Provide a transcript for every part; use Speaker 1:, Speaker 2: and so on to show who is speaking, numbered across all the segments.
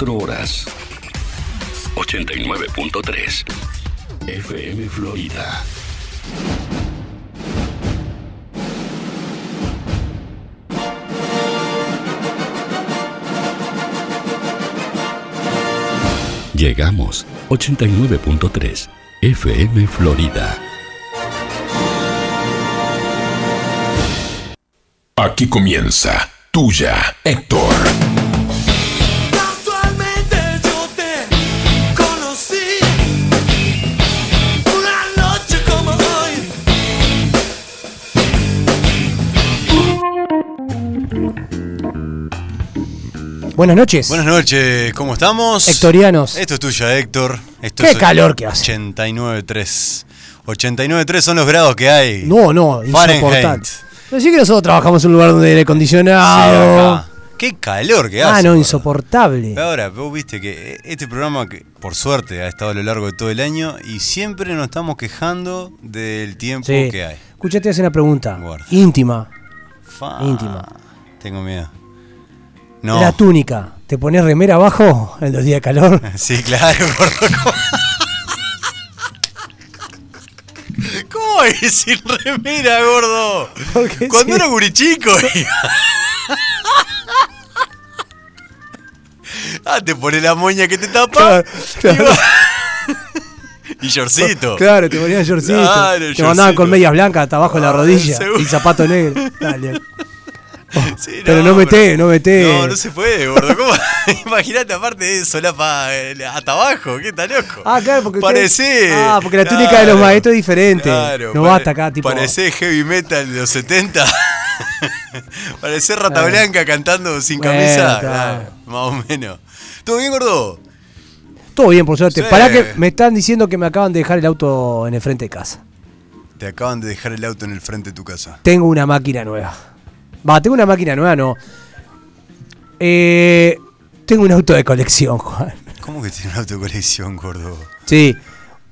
Speaker 1: 4 horas. 89.3 FM Florida. Llegamos 89.3 FM Florida.
Speaker 2: Aquí comienza tuya, Héctor.
Speaker 3: Casualmente yo te conocí una noche como hoy.
Speaker 4: Buenas noches.
Speaker 5: Buenas noches, ¿cómo estamos?
Speaker 4: Hectorianos.
Speaker 5: Esto es tuya, Héctor. Esto
Speaker 4: Qué
Speaker 5: es
Speaker 4: calor que hace.
Speaker 5: 89.3. 89.3 son los grados que hay.
Speaker 4: No, no,
Speaker 5: Fahrenheit.
Speaker 4: insoportable. Pero sí que nosotros trabajamos en un lugar donde hay aire acondicionado.
Speaker 5: Acá. Qué calor que hace.
Speaker 4: ah, no,
Speaker 5: gordo.
Speaker 4: insoportable.
Speaker 5: Ahora, vos viste que eh, este programa, que por suerte, ha estado a lo largo de todo el año y siempre nos estamos quejando del tiempo
Speaker 4: Sí.
Speaker 5: que hay.
Speaker 4: Escuchate, te voy a hacer una pregunta.
Speaker 5: Guarda.
Speaker 4: Íntima.
Speaker 5: Fa-
Speaker 4: Íntima.
Speaker 5: Tengo miedo. No.
Speaker 4: La túnica. ¿Te pones remera abajo en los días de calor?
Speaker 5: Sí, claro, gordo. ¿Cómo, ¿Cómo voy a ir sin remera, gordo?
Speaker 4: Porque
Speaker 5: Cuando
Speaker 4: sí.
Speaker 5: era gurichico. iba. ah, te pones la moña que te tapa.
Speaker 4: Claro, claro.
Speaker 5: y va- Y shortcito.
Speaker 4: Claro, te ponías shortcito.
Speaker 5: Claro,
Speaker 4: te mandaban
Speaker 5: shortcito.
Speaker 4: con medias blancas hasta abajo de la
Speaker 5: Ah,
Speaker 4: rodilla
Speaker 5: seguro.
Speaker 4: y zapato negro. Dale.
Speaker 5: Sí,
Speaker 4: Pero no meté, no meté.
Speaker 5: No, no se puede, gordo. ¿Cómo? Imagínate, aparte de solapa eh, hasta abajo, ¿qué está loco?
Speaker 4: Ah, claro, porque ustedes-
Speaker 5: Parece.
Speaker 4: Ah, porque la túnica de los maestros es diferente. No
Speaker 5: pare-
Speaker 4: basta acá, tipo-
Speaker 5: Parece heavy metal de los 70. parece rata
Speaker 4: Claro.
Speaker 5: blanca cantando sin
Speaker 4: Bueno,
Speaker 5: camisa.
Speaker 4: claro.
Speaker 5: claro, más o menos. ¿Todo bien, gordo?
Speaker 4: Todo bien, por suerte.
Speaker 5: Sí.
Speaker 4: Pará que me están diciendo que me acaban de dejar el auto en el frente de casa.
Speaker 5: Te acaban de dejar el auto en el frente de tu casa.
Speaker 4: Tengo una máquina nueva. Va, tengo una máquina nueva, no. Eh, tengo un auto de colección, Juan.
Speaker 5: ¿Cómo que tiene un auto de colección, gordo?
Speaker 4: Sí.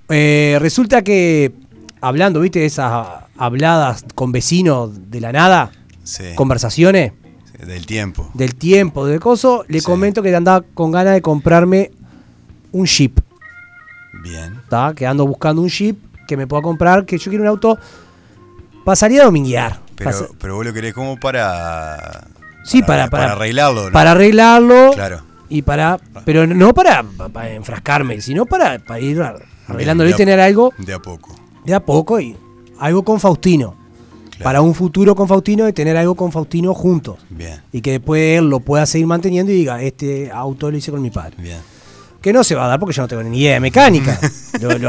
Speaker 4: Eh, resulta que, hablando, ¿viste? Esas habladas con vecinos de la nada,
Speaker 5: Sí.
Speaker 4: conversaciones
Speaker 5: Del tiempo.
Speaker 4: del tiempo, de coso, le
Speaker 5: Sí.
Speaker 4: comento que andaba con ganas de comprarme un Jeep.
Speaker 5: Bien.
Speaker 4: ¿tá? que ando buscando un Jeep que me pueda comprar, que yo quiero un auto. Pasaría a dominguear. Pasa-
Speaker 5: Pero, pero vos lo querés como para.
Speaker 4: sí, para,
Speaker 5: para arreglarlo, ¿no?
Speaker 4: Para arreglarlo.
Speaker 5: Claro.
Speaker 4: Y para. Pero no para, para enfrascarme, sino para, para ir ar- arreglándolo y
Speaker 5: De a-
Speaker 4: tener algo
Speaker 5: De a poco.
Speaker 4: de a poco y algo con Faustino.
Speaker 5: Claro.
Speaker 4: Para un futuro con Faustino y tener algo con Faustino juntos.
Speaker 5: Bien,
Speaker 4: Y que después él lo pueda seguir manteniendo y diga, este auto lo hice con mi padre.
Speaker 5: bien.
Speaker 4: Que no se va a dar porque yo no tengo ni idea de mecánica. lo, lo-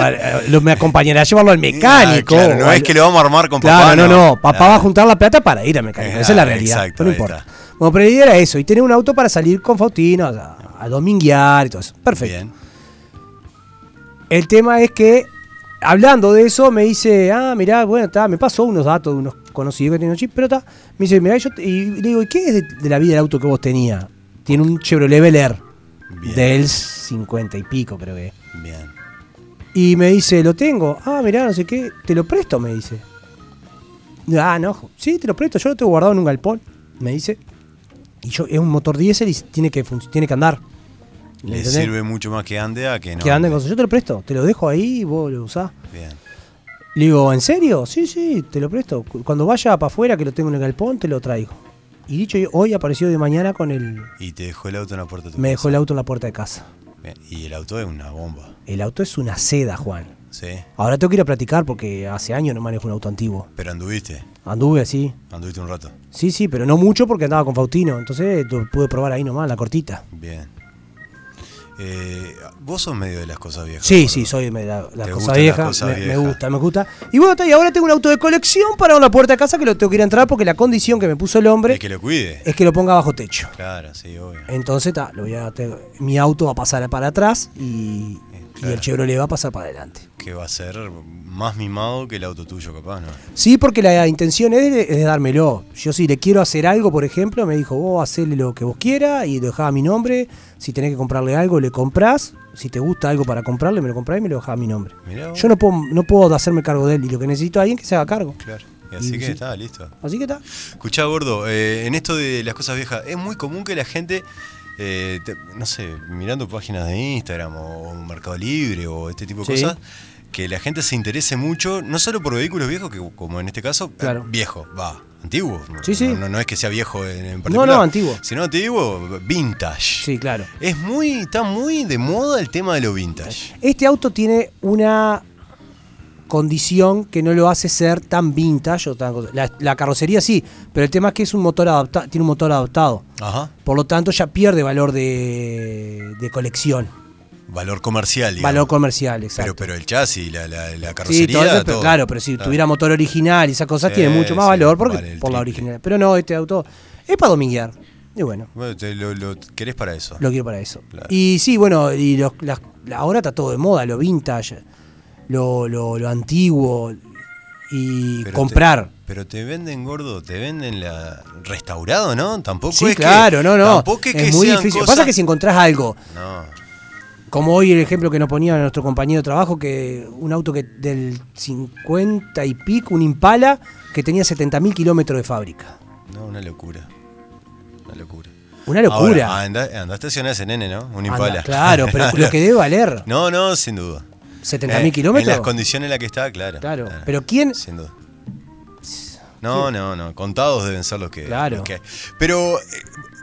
Speaker 4: lo- me acompañará a llevarlo al mecánico.
Speaker 5: Ah, claro, no
Speaker 4: o
Speaker 5: es
Speaker 4: al-
Speaker 5: que lo vamos a armar con
Speaker 4: Claro,
Speaker 5: papá.
Speaker 4: no, no, Papá
Speaker 5: Claro.
Speaker 4: va a juntar la plata para ir a mecánica.
Speaker 5: Eh,
Speaker 4: Esa es la
Speaker 5: ah,
Speaker 4: realidad.
Speaker 5: exacto,
Speaker 4: no
Speaker 5: ahí
Speaker 4: importa.
Speaker 5: está.
Speaker 4: Bueno, pero la idea era eso. Y tener un auto para salir con Faustino a, a dominguear y todo eso. Perfecto.
Speaker 5: Bien.
Speaker 4: El tema es que, hablando de eso, me dice, ah, mirá, bueno, está, me pasó unos datos de unos conocidos que tienen un chip, pero está. Me dice, mirá, yo. te- Y le digo, ¿y qué es de, de la vida del auto que vos tenías? Tiene un Chevrolet Bel Air
Speaker 5: Bien.
Speaker 4: del 50 y pico, creo que. es.
Speaker 5: Bien.
Speaker 4: Y me dice, lo tengo. Ah, mirá, no sé qué. Te lo presto, me dice. Ah, no. Sí, te lo presto. Yo lo tengo guardado en un galpón, me dice. Y yo, es un motor diésel y tiene que, func- tiene que andar. ¿Me
Speaker 5: Le
Speaker 4: entendés?
Speaker 5: sirve mucho más que ande a que no.
Speaker 4: que ande con eso. Yo te lo presto. Te lo dejo ahí y vos lo usás.
Speaker 5: Bien.
Speaker 4: Le digo, ¿en serio? Sí, sí, te lo presto. Cu- Cuando vaya para afuera, que lo tengo en el galpón, te lo traigo. Y dicho, y hoy apareció de mañana con el...
Speaker 5: Y te dejó el auto en la puerta de tu
Speaker 4: Me
Speaker 5: casa.
Speaker 4: dejó el auto en la puerta de casa.
Speaker 5: Bien. Y el auto es una bomba.
Speaker 4: El auto es una seda, Juan.
Speaker 5: Sí.
Speaker 4: Ahora tengo que ir a practicar porque hace años no manejo un auto antiguo.
Speaker 5: Pero anduviste.
Speaker 4: Anduve así,
Speaker 5: Anduviste un rato.
Speaker 4: Sí, sí, pero no mucho porque andaba con Faustino. Entonces lo pude probar ahí nomás, la cortita.
Speaker 5: Bien. Eh, vos sos medio de las cosas viejas.
Speaker 4: Sí,
Speaker 5: gordo.
Speaker 4: sí, soy de la,
Speaker 5: ¿Te
Speaker 4: cosa
Speaker 5: gustan
Speaker 4: vieja.
Speaker 5: las cosas
Speaker 4: me, me
Speaker 5: viejas?
Speaker 4: gusta, me gusta. Y bueno, está, y ahora tengo un auto de colección para una puerta de casa que lo tengo que ir a entrar porque la condición que me puso el hombre
Speaker 5: El que lo cuide.
Speaker 4: es que lo ponga bajo techo.
Speaker 5: Claro, sí, obvio.
Speaker 4: Entonces, está, lo voy a te- mi auto va a pasar para atrás y,
Speaker 5: Eh,
Speaker 4: y
Speaker 5: claro.
Speaker 4: el Chevrolet va a pasar para adelante.
Speaker 5: Que va a ser más mimado que el auto tuyo, capaz, ¿no?
Speaker 4: Sí, porque la intención es de, es de dármelo. Yo si le quiero hacer algo, por ejemplo, me dijo, vos hacele lo que vos quieras y lo dejaba a mi nombre. Si tenés que comprarle algo, le comprás. Si te gusta algo para comprarle, me lo comprás y me lo dejaba a mi nombre.
Speaker 5: Mirá vos.
Speaker 4: Yo no puedo, no puedo hacerme cargo de él y lo que necesito es alguien que se haga cargo.
Speaker 5: Claro. Y así
Speaker 4: Y
Speaker 5: que
Speaker 4: sí.
Speaker 5: está, listo.
Speaker 4: Así que está.
Speaker 5: Escuchá, gordo, eh, en esto de las cosas viejas, es muy común que la gente eh, te- no sé, mirando páginas de Instagram o Mercado Libre o este tipo de
Speaker 4: Sí.
Speaker 5: cosas, que la gente se interese mucho, no solo por vehículos viejos, que como en este caso, eh,
Speaker 4: Claro.
Speaker 5: viejo, va, antiguo. no-
Speaker 4: Sí, sí.
Speaker 5: No, no- no es que sea viejo en, en particular.
Speaker 4: no, antiguo.
Speaker 5: Sino antiguo, vintage.
Speaker 4: Sí, claro.
Speaker 5: Es muy, está muy de moda el tema de lo vintage.
Speaker 4: Este auto tiene una condición que no lo hace ser tan vintage o tan cosa. la, la carrocería sí, pero el tema es que es un motor adaptado, tiene un motor adaptado.
Speaker 5: Ajá.
Speaker 4: Por lo tanto, ya pierde valor de, de colección,
Speaker 5: Valor comercial, digamos.
Speaker 4: valor comercial,
Speaker 5: Pero,
Speaker 4: exacto.
Speaker 5: pero el chasis, la, la, la carrocería.
Speaker 4: Sí, todo eso, pero
Speaker 5: todo.
Speaker 4: claro, pero si
Speaker 5: Ah.
Speaker 4: tuviera motor original y esas cosas,
Speaker 5: Sí,
Speaker 4: tiene mucho más
Speaker 5: sí,
Speaker 4: valor porque,
Speaker 5: vale el
Speaker 4: por la
Speaker 5: triple.
Speaker 4: original. Pero no, este auto es para dominguear. Y bueno,
Speaker 5: Bueno, te- lo, lo querés para eso.
Speaker 4: lo quiero para eso.
Speaker 5: Claro.
Speaker 4: Y sí, bueno, y los- las- ahora está todo de moda, lo vintage, lo, lo- lo antiguo y
Speaker 5: Pero te-
Speaker 4: comprar.
Speaker 5: pero te venden gordo, te venden la restaurado, ¿no? Tampoco
Speaker 4: Sí,
Speaker 5: es que-
Speaker 4: claro, no, no.
Speaker 5: Tampoco es,
Speaker 4: es
Speaker 5: que
Speaker 4: muy
Speaker 5: sean
Speaker 4: difícil. Lo que
Speaker 5: cosas-
Speaker 4: Pasa es que si encontrás algo,
Speaker 5: No,
Speaker 4: como hoy el ejemplo que nos ponía nuestro compañero de trabajo, que un auto que del 50 y pico, un Impala, que tenía 70.000 kilómetros de fábrica.
Speaker 5: no, una locura. Una locura.
Speaker 4: Una locura.
Speaker 5: Ahora, anda, anda a estacionar ese nene, ¿no? Un
Speaker 4: Anda,
Speaker 5: impala.
Speaker 4: claro, pero lo que debe valer,
Speaker 5: No, no, sin duda.
Speaker 4: 70.000
Speaker 5: Eh, En las
Speaker 4: kilómetros.
Speaker 5: condiciones Ah. en las que está, claro.
Speaker 4: Claro, pero ¿quién-
Speaker 5: Sin duda. No, no, no. Contados deben ser los que.
Speaker 4: Claro.
Speaker 5: los que hay. Pero, eh,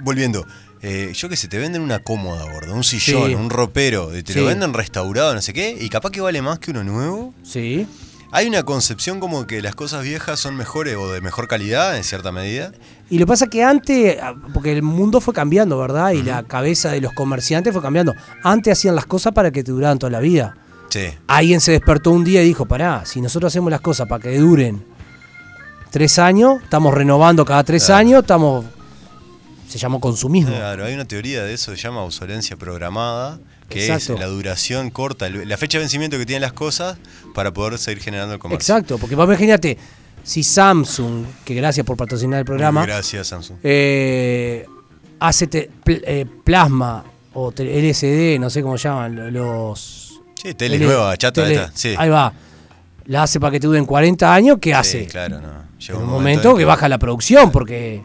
Speaker 5: volviendo. eh, yo que sé, te venden una cómoda, gordo, un sillón,
Speaker 4: Sí.
Speaker 5: un ropero, eh, te
Speaker 4: Sí.
Speaker 5: lo venden restaurado, no sé qué, y capaz que vale más que uno nuevo.
Speaker 4: Sí.
Speaker 5: Hay una concepción como que las cosas viejas son mejores o de mejor calidad, en cierta medida.
Speaker 4: Y lo que pasa que antes, ah, porque el mundo fue cambiando, ¿verdad? Y la cabeza de los comerciantes fue cambiando. Antes hacían las cosas para que te duraran toda la vida.
Speaker 5: Sí,
Speaker 4: Alguien se despertó un día y dijo, pará, si nosotros hacemos las cosas para que duren tres años, estamos renovando cada tres
Speaker 5: Claro. Eh,
Speaker 4: años, estamos... Se llamó consumismo.
Speaker 5: claro, hay una teoría de eso, se llama obsolencia programada, que
Speaker 4: Exacto.
Speaker 5: es la duración corta, el- la fecha de vencimiento que tienen las cosas para poder seguir generando el comercio.
Speaker 4: Exacto, porque vos imagínate, si Samsung, que gracias por patrocinar el programa,
Speaker 5: Gracias, Samsung.
Speaker 4: eh, hace te- pl- eh, plasma o te- LCD, no sé cómo llaman, lo- los...
Speaker 5: Sí, tele
Speaker 4: L-
Speaker 5: nueva, chata
Speaker 4: tele-
Speaker 5: esta, Sí,
Speaker 4: Ahí va. La hace para que te duren 40 años, ¿qué
Speaker 5: Sí,
Speaker 4: hace?
Speaker 5: claro, no. Llega
Speaker 4: En un momento
Speaker 5: en
Speaker 4: que baja la producción porque...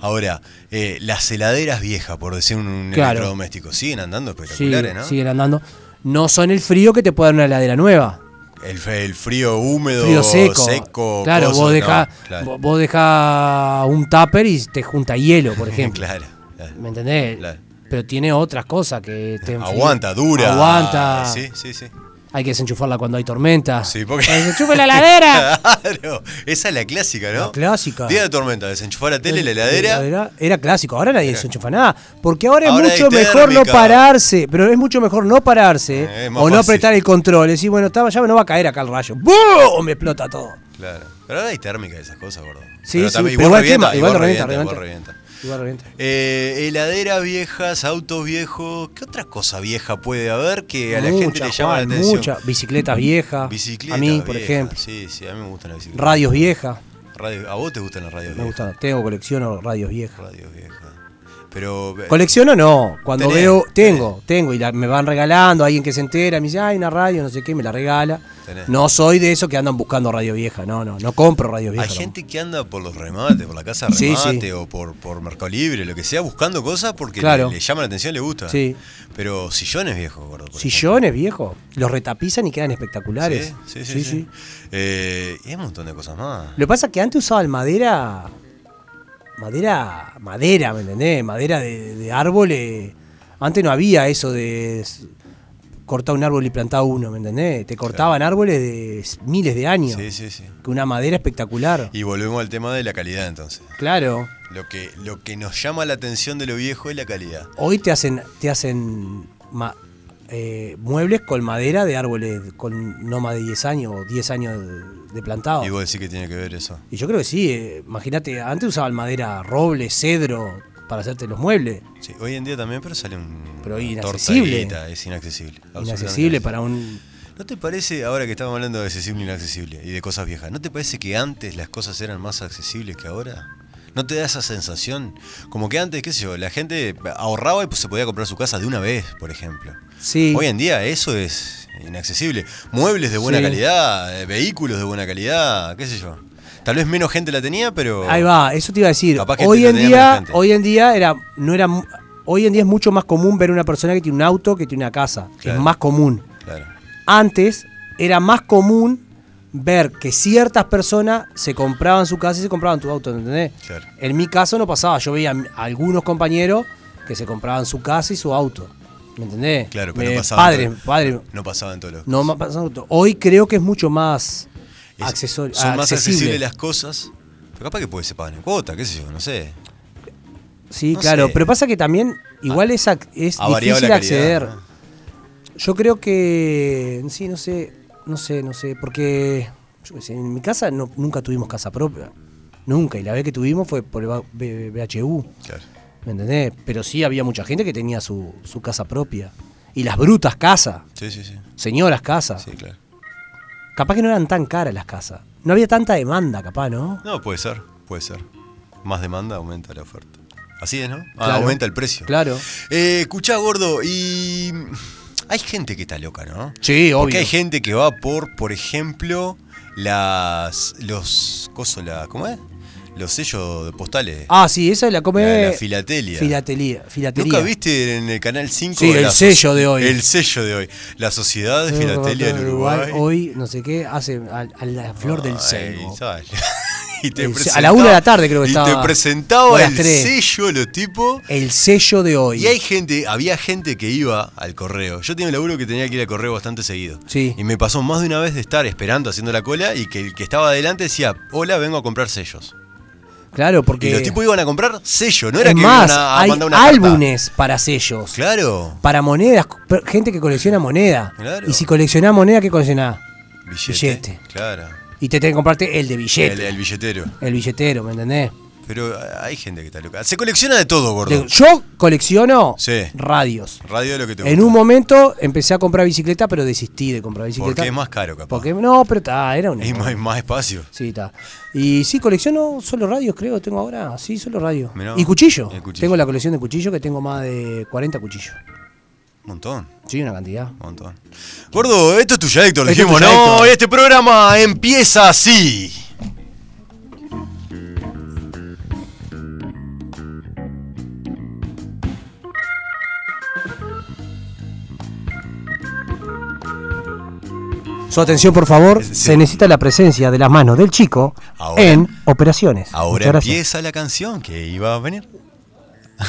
Speaker 5: Ahora, eh, las heladeras viejas, por decir un, un
Speaker 4: Claro.
Speaker 5: electrodoméstico, siguen andando
Speaker 4: Sí,
Speaker 5: espectaculares, ¿no?
Speaker 4: siguen andando. No son el frío que te puede dar una heladera nueva.
Speaker 5: El, fe- el frío húmedo,
Speaker 4: Frío seco. claro,
Speaker 5: coso,
Speaker 4: vos
Speaker 5: no,
Speaker 4: deja,
Speaker 5: claro.
Speaker 4: vos- vos deja un tupper y te junta hielo, por ejemplo.
Speaker 5: Claro, claro.
Speaker 4: ¿Me entendés?
Speaker 5: Claro.
Speaker 4: Pero tiene otras cosas que te enfría.
Speaker 5: Aguanta, dura. Ah,
Speaker 4: Aguanta.
Speaker 5: Sí, sí, sí.
Speaker 4: Hay que desenchufarla cuando hay tormenta.
Speaker 5: Sí, porque-
Speaker 4: Cuando se chupe la heladera.
Speaker 5: Claro, esa es la clásica, ¿no?
Speaker 4: La clásica.
Speaker 5: Día de tormenta, desenchufar la tele, la heladera.
Speaker 4: Era, era clásico, ahora nadie se enchufa nada. Porque ahora es
Speaker 5: Ahora hay
Speaker 4: mucho mejor no
Speaker 5: térmica.
Speaker 4: pararse, pero es mucho mejor no pararse
Speaker 5: Eh, es
Speaker 4: o
Speaker 5: más
Speaker 4: no
Speaker 5: fácil.
Speaker 4: apretar el control. Decir, bueno, estaba ya no va a caer acá el rayo. ¡Bum! Me explota todo.
Speaker 5: Claro. Pero ahora hay térmica de esas cosas, gordo.
Speaker 4: Sí, sí,
Speaker 5: también
Speaker 4: pero igual quema, igual
Speaker 5: revienta,
Speaker 4: revienta, revienta.
Speaker 5: igual revienta.
Speaker 4: Igual revienta.
Speaker 5: Eh, heladeras viejas, autos viejos. ¿Qué otra cosa vieja puede haber que a la
Speaker 4: Mucha,
Speaker 5: gente le llama
Speaker 4: Juan,
Speaker 5: la atención?
Speaker 4: mucha. Bicicletas viejas.
Speaker 5: Bicicleta.
Speaker 4: A mí, por
Speaker 5: vieja.
Speaker 4: ejemplo.
Speaker 5: Sí, sí, a mí me gustan las bicicletas.
Speaker 4: Radios viejas.
Speaker 5: Radio- ¿A vos te gustan las radios
Speaker 4: Me
Speaker 5: viejas?
Speaker 4: gustan. Tengo, colecciono radios viejas.
Speaker 5: Radios viejas. Pero. eh,
Speaker 4: Colecciono no, cuando
Speaker 5: Tenés,
Speaker 4: veo, tengo, tengo, y la- me van regalando, alguien que se entera, me dice, "Ah, hay una radio, no sé qué, me la regala.
Speaker 5: Tenés.
Speaker 4: No soy de esos que andan buscando radio vieja, no, no, no compro radio vieja.
Speaker 5: Hay
Speaker 4: no.
Speaker 5: gente que anda por los remates, por la casa de
Speaker 4: Sí,
Speaker 5: remate
Speaker 4: sí.
Speaker 5: o por, por Mercado Libre, lo que sea, buscando cosas porque
Speaker 4: Claro.
Speaker 5: le, le llama la atención, le gusta.
Speaker 4: Sí.
Speaker 5: Pero sillones viejos, gordo. por
Speaker 4: Sillones viejos, los retapizan y quedan espectaculares.
Speaker 5: ejemplo. Sí, sí, sí. sí. Eh, y hay un montón de cosas más.
Speaker 4: Lo que pasa es que antes usaban madera, madera, madera, ¿me entendés? Madera de, de árboles. Antes no había eso de s- cortar un árbol y plantar uno, ¿me entendés? Te cortaban árboles de s- miles de años.
Speaker 5: Sí, sí, sí.
Speaker 4: Que una madera espectacular.
Speaker 5: Y volvemos al tema de la calidad entonces.
Speaker 4: Claro.
Speaker 5: Lo que, lo que nos llama la atención de lo viejo es la calidad.
Speaker 4: Hoy te hacen, te hacen ma- eh, muebles con madera de árboles con no más de 10 años o 10 años de, de plantado.
Speaker 5: Y vos decís que tiene que ver eso.
Speaker 4: Y yo creo que sí, eh, imagínate, antes usaban madera roble, cedro para hacerte los muebles.
Speaker 5: Sí, hoy en día también, pero sale un.
Speaker 4: Pero
Speaker 5: una
Speaker 4: inaccesible.
Speaker 5: torta de guita, es inaccesible. absolutamente
Speaker 4: Inaccesible para un...
Speaker 5: ¿No te parece, ahora que estamos hablando de accesible e inaccesible y de cosas viejas, ¿no te parece que antes las cosas eran más accesibles que ahora? ¿No te da esa sensación? Como que antes, qué sé yo, la gente ahorraba y pues, se podía comprar su casa de una vez, por ejemplo.
Speaker 4: Sí.
Speaker 5: Hoy en día eso es inaccesible. Muebles de buena
Speaker 4: Sí.
Speaker 5: calidad, eh, vehículos de buena calidad, qué sé yo. Tal vez menos gente la tenía, pero...
Speaker 4: Ahí va, eso te iba a decir.
Speaker 5: Capaz que
Speaker 4: Hoy
Speaker 5: te
Speaker 4: en
Speaker 5: tenía
Speaker 4: día,
Speaker 5: menos gente.
Speaker 4: hoy en día era, no era mu- Hoy en día es mucho más común ver una persona que tiene un auto que tiene una casa.
Speaker 5: Claro.
Speaker 4: Es más común.
Speaker 5: Claro.
Speaker 4: Antes era más común ver que ciertas personas se compraban su casa y se compraban tu auto, ¿entendés?
Speaker 5: Claro.
Speaker 4: En mi caso no pasaba, yo veía a algunos compañeros que se compraban su casa y su auto, ¿me entendés?
Speaker 5: Claro, pero
Speaker 4: Me-
Speaker 5: no pasaba. en
Speaker 4: Eh, Padre,
Speaker 5: todo-
Speaker 4: padre,
Speaker 5: No pasaba en todos los.
Speaker 4: no más pasaba auto. Hoy creo que es mucho más
Speaker 5: Es-
Speaker 4: accesorio.
Speaker 5: Son más
Speaker 4: accesible.
Speaker 5: accesibles las cosas. Pero capaz que puede ser pagan en cuota, qué sé yo, no sé.
Speaker 4: Sí,
Speaker 5: no
Speaker 4: claro,
Speaker 5: sé. Ah,
Speaker 4: pero pasa que también igual es, ac- es
Speaker 5: Ha variado la
Speaker 4: difícil
Speaker 5: calidad, Ah,
Speaker 4: acceder.
Speaker 5: ¿no?
Speaker 4: Yo creo que. Sí, no sé. No sé, no sé. Porque. Yo qué sé, en mi casa no, nunca tuvimos casa propia. Nunca. Y la vez que tuvimos fue por el ba- B- BHU.
Speaker 5: Claro.
Speaker 4: ¿Me entendés? Pero sí había mucha gente que tenía su, su casa propia. Y las brutas casas.
Speaker 5: Sí, sí, sí.
Speaker 4: Señoras casas.
Speaker 5: Sí, claro.
Speaker 4: Capaz que no eran tan caras las casas. No había tanta demanda, capaz, ¿no?
Speaker 5: No, puede ser, puede ser. Más demanda aumenta la oferta. Así es, ¿no? Ah,
Speaker 4: Claro.
Speaker 5: aumenta el precio.
Speaker 4: Claro.
Speaker 5: Eh, escuchá, gordo, y. Hay gente que está loca, ¿no?
Speaker 4: Sí,
Speaker 5: Porque
Speaker 4: obvio.
Speaker 5: hay gente que va por, por ejemplo, las. los. coso, la. ¿Cómo es? Los sellos de postales.
Speaker 4: Ah, sí, esa es la come.
Speaker 5: La- la filatelia.
Speaker 4: Filatelía. filatelía.
Speaker 5: ¿Nunca viste en el canal 5?
Speaker 4: Sí, el
Speaker 5: la so-
Speaker 4: sello de hoy.
Speaker 5: El sello de hoy. La Sociedad de Filatelia en Uruguay.
Speaker 4: Hoy, no sé qué, hace a, a la flor del
Speaker 5: Ay,
Speaker 4: selmo.
Speaker 5: sale. Y te
Speaker 4: El se-
Speaker 5: presentaba-
Speaker 4: a la una de la tarde creo que
Speaker 5: y
Speaker 4: estaba.
Speaker 5: te
Speaker 4: O a
Speaker 5: presentaba
Speaker 4: las
Speaker 5: el
Speaker 4: tres.
Speaker 5: sello, los tipos.
Speaker 4: El sello de hoy.
Speaker 5: Y hay gente, había gente que iba al correo. Yo tenía un laburo que tenía que ir al correo bastante seguido.
Speaker 4: Sí.
Speaker 5: Y me pasó más de una vez de estar esperando, haciendo la cola, y que el que estaba adelante decía, hola, vengo a comprar sellos.
Speaker 4: claro, porque.
Speaker 5: Y los tipos iban a comprar sello, no era
Speaker 4: Eh. es
Speaker 5: que
Speaker 4: más,
Speaker 5: iban a, a
Speaker 4: hay
Speaker 5: mandar una carta.
Speaker 4: álbumes para sellos.
Speaker 5: Claro.
Speaker 4: Para monedas, per- gente que colecciona moneda.
Speaker 5: Claro.
Speaker 4: Y si coleccionás moneda, ¿qué coleccionás?
Speaker 5: Billete.
Speaker 4: Billete.
Speaker 5: Claro.
Speaker 4: Y te tenés que comprarte el de billete.
Speaker 5: El,
Speaker 4: El,
Speaker 5: el billetero.
Speaker 4: billetero, ¿me entendés?
Speaker 5: Pero hay gente que está loca. Se colecciona de todo, gordo.
Speaker 4: Digo, Yo colecciono
Speaker 5: Sí.
Speaker 4: radios.
Speaker 5: Radio de lo que te gusta.
Speaker 4: En un momento empecé a comprar bicicleta, pero desistí de comprar bicicleta.
Speaker 5: Porque es más caro, capaz.
Speaker 4: Porque no, pero está, era un.
Speaker 5: Hay más, más espacio.
Speaker 4: Sí, está. Y sí, colecciono solo radios, creo, tengo ahora. Sí, solo radios.
Speaker 5: Mirá.
Speaker 4: Y cuchillo.
Speaker 5: Y cuchillo.
Speaker 4: Tengo la colección de cuchillos que tengo más de 40 cuchillos.
Speaker 5: Un montón.
Speaker 4: Sí, una cantidad.
Speaker 5: Un montón. Gordo, esto es tuya, Héctor.
Speaker 4: Esto es
Speaker 5: dijimos,
Speaker 4: tuya,
Speaker 5: no,
Speaker 4: Héctor.
Speaker 5: este programa empieza así.
Speaker 4: Su atención, por favor.
Speaker 5: Sí.
Speaker 4: Se necesita la presencia de las manos del chico
Speaker 5: Ahora. em-,
Speaker 4: en operaciones.
Speaker 5: Ahora
Speaker 4: Muchas gracias.
Speaker 5: empieza la canción que iba a venir.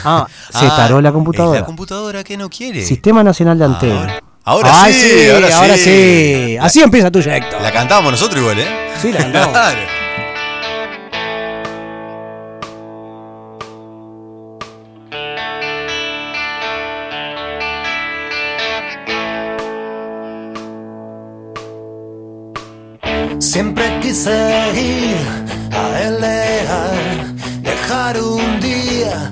Speaker 4: Ah, se
Speaker 5: Ah,
Speaker 4: taró la
Speaker 5: es
Speaker 4: computadora.
Speaker 5: la computadora que no quiere.
Speaker 4: Sistema Nacional de Antena.
Speaker 5: Ahora- ahora
Speaker 4: Ay,
Speaker 5: sí, ahora sí.
Speaker 4: Así empieza tuya, Héctor.
Speaker 5: La cantamos nosotros igual, ¿eh?
Speaker 4: Sí, la cantamos.
Speaker 5: Claro.
Speaker 6: Siempre quise ir a elegar, dejar un día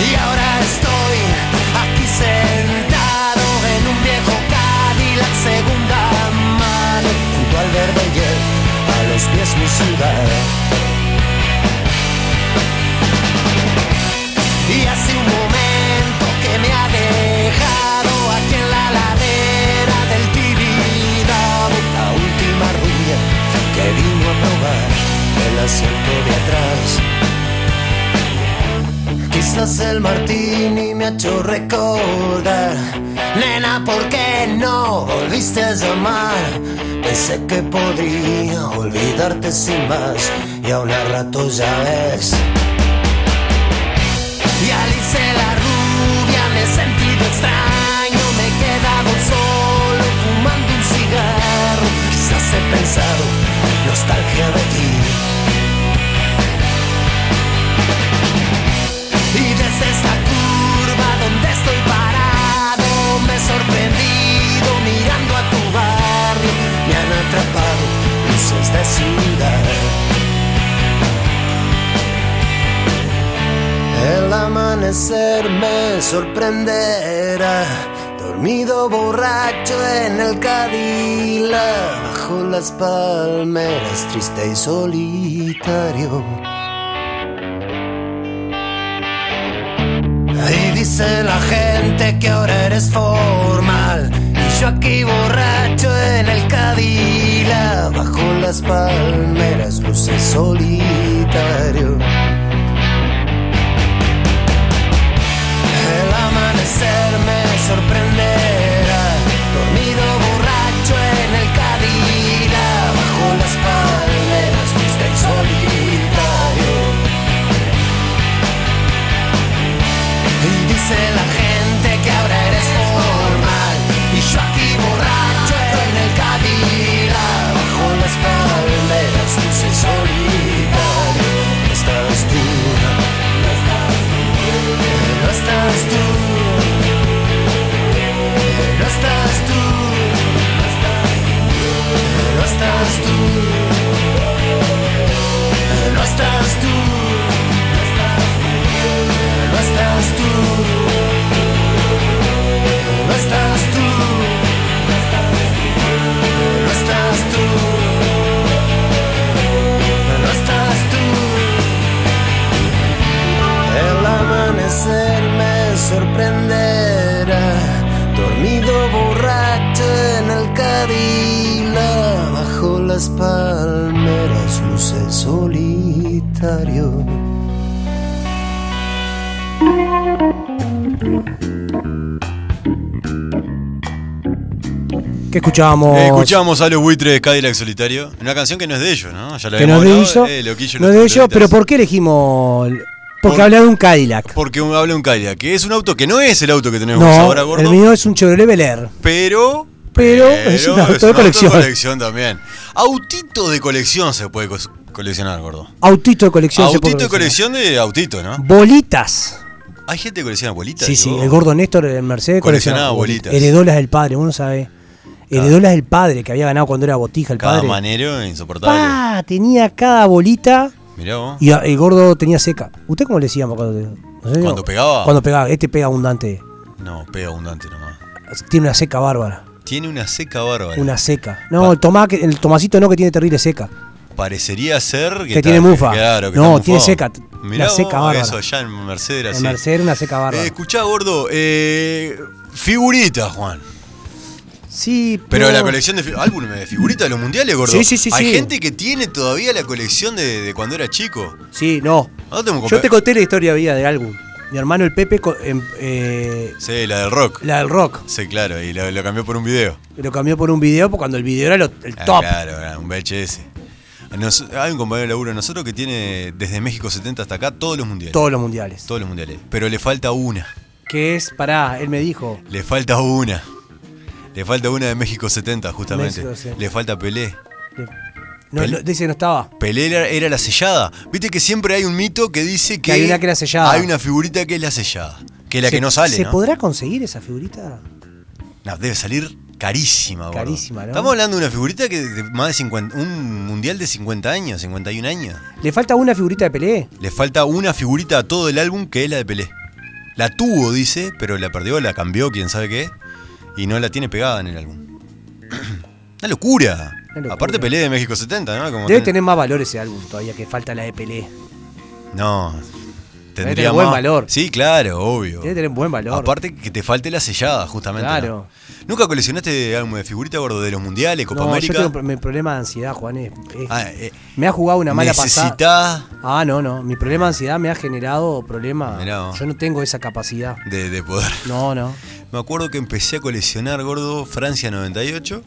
Speaker 6: Y ahora estoy aquí sentado en un viejo Cadillac segunda mano junto al verde ayer, a los pies mi ciudad. Y hace un momento que me ha dejado aquí en la ladera del Tibidabo la última rubia que vino a probar el asiento de atrás. Quizás el martini me ha hecho recordar Nena, ¿por qué no volviste a llamar? Pensé que podría olvidarte sin más Y a una rato ya ves Y Alice la rubia me he sentido extraño Me he quedado solo fumando un cigarro Quizás he pensado nostalgia de ti Y desde esa curva donde estoy parado Me he sorprendido mirando a tu barrio Me han atrapado luces de ciudad El amanecer me sorprenderá Dormí dormido borracho en el Cadillac, bajo las palmeras, triste y solitario. Ahí dice la gente que ahora eres formal, y yo aquí borracho en el Cadillac, bajo las palmeras, luce solitario. El amanecer me sorprenderá Dormido borracho en el cadira Bajo las palmeras triste y solitario Y dice la gente que ahora eres formal Y yo aquí borracho en el cadira Bajo las palmeras triste y solitario Estás tú no estás tú. No estás tú. No estás tú. No estás tú. No estás tú. No estás tú. No estás tú. No estás tú. El amanecer me sorprenderá, dormido borracho en el Cadillac, bajo las palmeras luce solitario.
Speaker 4: ¿Qué escuchábamos?
Speaker 5: Eh, escuchamos a los buitres de Cadillac Solitario. Una canción que no es de ellos, ¿no? Ya la
Speaker 4: que
Speaker 5: habíamos
Speaker 4: nos de
Speaker 5: hablado,
Speaker 4: ello,
Speaker 5: eh, Loquillo,
Speaker 4: no
Speaker 5: los
Speaker 4: de ello,
Speaker 5: Patriotas.
Speaker 4: pero ¿por qué elegimos? el- Porque
Speaker 5: Por-
Speaker 4: habla de un Cadillac.
Speaker 5: Porque un- habla un Cadillac, que es un auto que no es el auto que tenemos
Speaker 4: no,
Speaker 5: ahora, gordo.
Speaker 4: el mío es un Chevrolet Bel Air.
Speaker 5: Pero.
Speaker 4: Pero es un auto de colección.
Speaker 5: colección también. Autito de colección se puede cos- coleccionar, gordo.
Speaker 4: Autito de colección. se puede
Speaker 5: Autito de
Speaker 4: coleccionar.
Speaker 5: colección de autito, ¿no?
Speaker 4: Bolitas.
Speaker 5: Hay gente que colecciona bolitas.
Speaker 4: Sí, sí,
Speaker 5: digo.
Speaker 4: el gordo Néstor el Mercedes
Speaker 5: Coleccionaba bolitas.
Speaker 4: Heredó las del padre, uno sabe. Heredó las del padre, que había ganado cuando era botija el
Speaker 5: Cada
Speaker 4: padre.
Speaker 5: manero insoportable.
Speaker 4: Pa, tenía cada bolita
Speaker 5: Mirá vos.
Speaker 4: y a- el gordo tenía seca. ¿Usted cómo le decíamos cuando, no sé,
Speaker 5: ¿Cuando
Speaker 4: no?
Speaker 5: pegaba?
Speaker 4: Cuando pegaba, este pega abundante.
Speaker 5: No, pega abundante nomás.
Speaker 4: Tiene una seca bárbara.
Speaker 5: Tiene una seca bárbara.
Speaker 4: Una seca. No,
Speaker 5: Pa.
Speaker 4: el, tomá, que- el tomacito no que tiene terrible seca.
Speaker 5: Parecería ser que,
Speaker 4: Que tiene
Speaker 5: está-
Speaker 4: mufa.
Speaker 5: Claro, que
Speaker 4: No,
Speaker 5: está
Speaker 4: tiene
Speaker 5: mufado.
Speaker 4: seca, t-
Speaker 5: Mirá
Speaker 4: la seca
Speaker 5: vos,
Speaker 4: bárbara.
Speaker 5: Eso allá en Mercedes,
Speaker 4: El
Speaker 5: así.
Speaker 4: Mercedes una seca bárbara.
Speaker 5: Eh, escuchá, gordo. Eh, figuritas, Juan.
Speaker 4: sí,
Speaker 5: Pero la colección de fi- álbumes de figuritas de los mundiales, gordo.
Speaker 4: Sí, sí, sí,
Speaker 5: Hay
Speaker 4: sí.
Speaker 5: gente que tiene todavía la colección de, de cuando era chico. Ah,
Speaker 4: Sí, no.
Speaker 5: ¿No te hemos
Speaker 4: Yo te
Speaker 5: comprado?
Speaker 4: conté la historia vida del álbum. Mi hermano el Pepe, co- em- eh,
Speaker 5: Sí, la del rock.
Speaker 4: la del rock,
Speaker 5: Sí, claro, y lo, lo cambió por un video.
Speaker 4: lo cambió por un video porque cuando el video era lo- el
Speaker 5: Ah,
Speaker 4: top.
Speaker 5: Claro, era un VHS. Nos- hay un compañero de laburo de nosotros que tiene desde México 70 hasta acá todos los mundiales.
Speaker 4: Todos los mundiales.
Speaker 5: Todos los mundiales. Pero le falta una.
Speaker 4: Que es, pará, él me dijo.
Speaker 5: Le falta una. Le falta una de México 70, justamente.
Speaker 4: México, sí.
Speaker 5: Le falta Pelé.
Speaker 4: No,
Speaker 5: Pel-
Speaker 4: no, dice que no estaba.
Speaker 5: Pelé era, era la sellada. Viste que siempre hay un mito que dice que,
Speaker 4: hay una que era sellada.
Speaker 5: Hay una figurita que es la sellada. Que es la
Speaker 4: Se-
Speaker 5: que no sale.
Speaker 4: ¿Se
Speaker 5: ¿no?
Speaker 4: podrá conseguir esa figurita?
Speaker 5: No, debe salir carísima, gordo.
Speaker 4: Carísima, ¿no?
Speaker 5: Estamos hablando de una figurita que de más de 50, un mundial de 50 años, 51 años.
Speaker 4: ¿Le falta una figurita de Pelé?
Speaker 5: Le falta una figurita a todo el álbum que es la de Pelé. La tuvo, dice, pero la perdió, la cambió, quién sabe qué. Y no la tiene pegada en el álbum. una, locura.
Speaker 4: Una locura.
Speaker 5: Aparte Pelé de México 70, ¿no? Como
Speaker 4: Debe
Speaker 5: ten-
Speaker 4: tener más valor ese álbum todavía que falta la de Pelé.
Speaker 5: No. Tendría
Speaker 4: tener
Speaker 5: más.
Speaker 4: buen valor.
Speaker 5: Sí, claro, obvio.
Speaker 4: Debe tener buen valor.
Speaker 5: Aparte que te falte la sellada, justamente.
Speaker 4: Claro.
Speaker 5: ¿no? ¿Nunca coleccionaste álbum de figurita, gordo, de los mundiales, Copa
Speaker 4: no,
Speaker 5: América?
Speaker 4: yo tengo pro- mi problema de ansiedad, Juan. es- es-
Speaker 5: Ah, eh,
Speaker 4: me ha jugado una mala pasada.
Speaker 5: Necesitás
Speaker 4: Ah, no, no. Mi problema de ansiedad me ha generado problema.
Speaker 5: Mirá vos.
Speaker 4: Yo no tengo esa capacidad.
Speaker 5: de, de poder.
Speaker 4: No, no.
Speaker 5: Me acuerdo que empecé a coleccionar gordo Francia 98.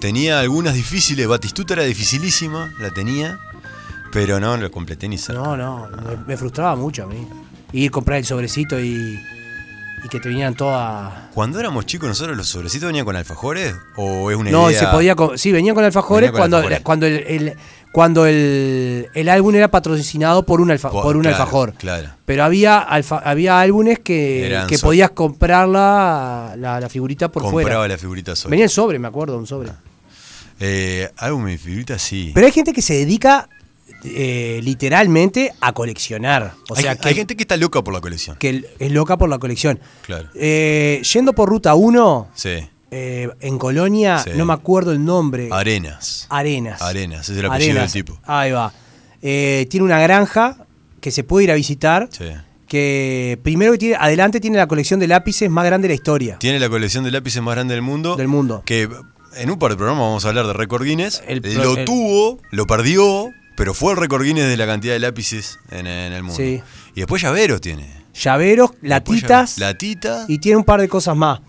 Speaker 5: Tenía algunas difíciles. Batistuta era dificilísima, la tenía. Pero no lo completé ni cerca.
Speaker 4: No, no. Me, me frustraba mucho a mí. Ir comprar el sobrecito y, y que te vinieran todas.
Speaker 5: Cuando éramos chicos, nosotros los sobrecitos venían con alfajores. ¿O es una
Speaker 4: No,
Speaker 5: idea?
Speaker 4: se podía. co- Sí, venían con alfajores
Speaker 5: Venían con
Speaker 4: cuando,
Speaker 5: alfajores.
Speaker 4: cuando, el, el- cuando el, el álbum era patrocinado por un, alfa-
Speaker 5: Po-
Speaker 4: por un
Speaker 5: claro,
Speaker 4: alfajor.
Speaker 5: Claro.
Speaker 4: Pero había alfa- había álbumes que,
Speaker 5: Eran
Speaker 4: que
Speaker 5: sol-
Speaker 4: podías comprar la, la, la figurita por
Speaker 5: Compraba
Speaker 4: fuera.
Speaker 5: la figurita sola.
Speaker 4: Venía el sobre, me acuerdo, un sobre.
Speaker 5: Eh, álbum de figuritas, sí.
Speaker 4: Pero hay gente que se dedica eh, literalmente a coleccionar. O sea
Speaker 5: hay,
Speaker 4: que,
Speaker 5: hay gente que está loca por la colección.
Speaker 4: que es loca por la colección.
Speaker 5: Claro.
Speaker 4: Eh, yendo por ruta 1,
Speaker 5: Sí.
Speaker 4: eh, en Colonia,
Speaker 5: Sí.
Speaker 4: no me acuerdo el nombre.
Speaker 5: Arenas.
Speaker 4: Ah. Arenas.
Speaker 5: Arenas, es el apellido
Speaker 4: Arenas.
Speaker 5: del tipo.
Speaker 4: Ahí va. Eh, tiene una granja que se puede ir a visitar.
Speaker 5: Sí.
Speaker 4: Que primero que tiene, adelante tiene la colección de lápices más grande de la historia.
Speaker 5: Tiene la colección de lápices más grande del mundo.
Speaker 4: Del mundo.
Speaker 5: Que en un par de programas vamos a hablar de récord Guinness. Eh,
Speaker 4: El pro-
Speaker 5: lo
Speaker 4: el-
Speaker 5: tuvo, lo perdió, pero fue el récord Guinness de la cantidad de lápices en, en el mundo.
Speaker 4: Sí.
Speaker 5: Y después llaveros tiene.
Speaker 4: Llaveros,
Speaker 5: Después
Speaker 4: latitas.
Speaker 5: llave- Latita.
Speaker 4: y tiene un par de cosas más.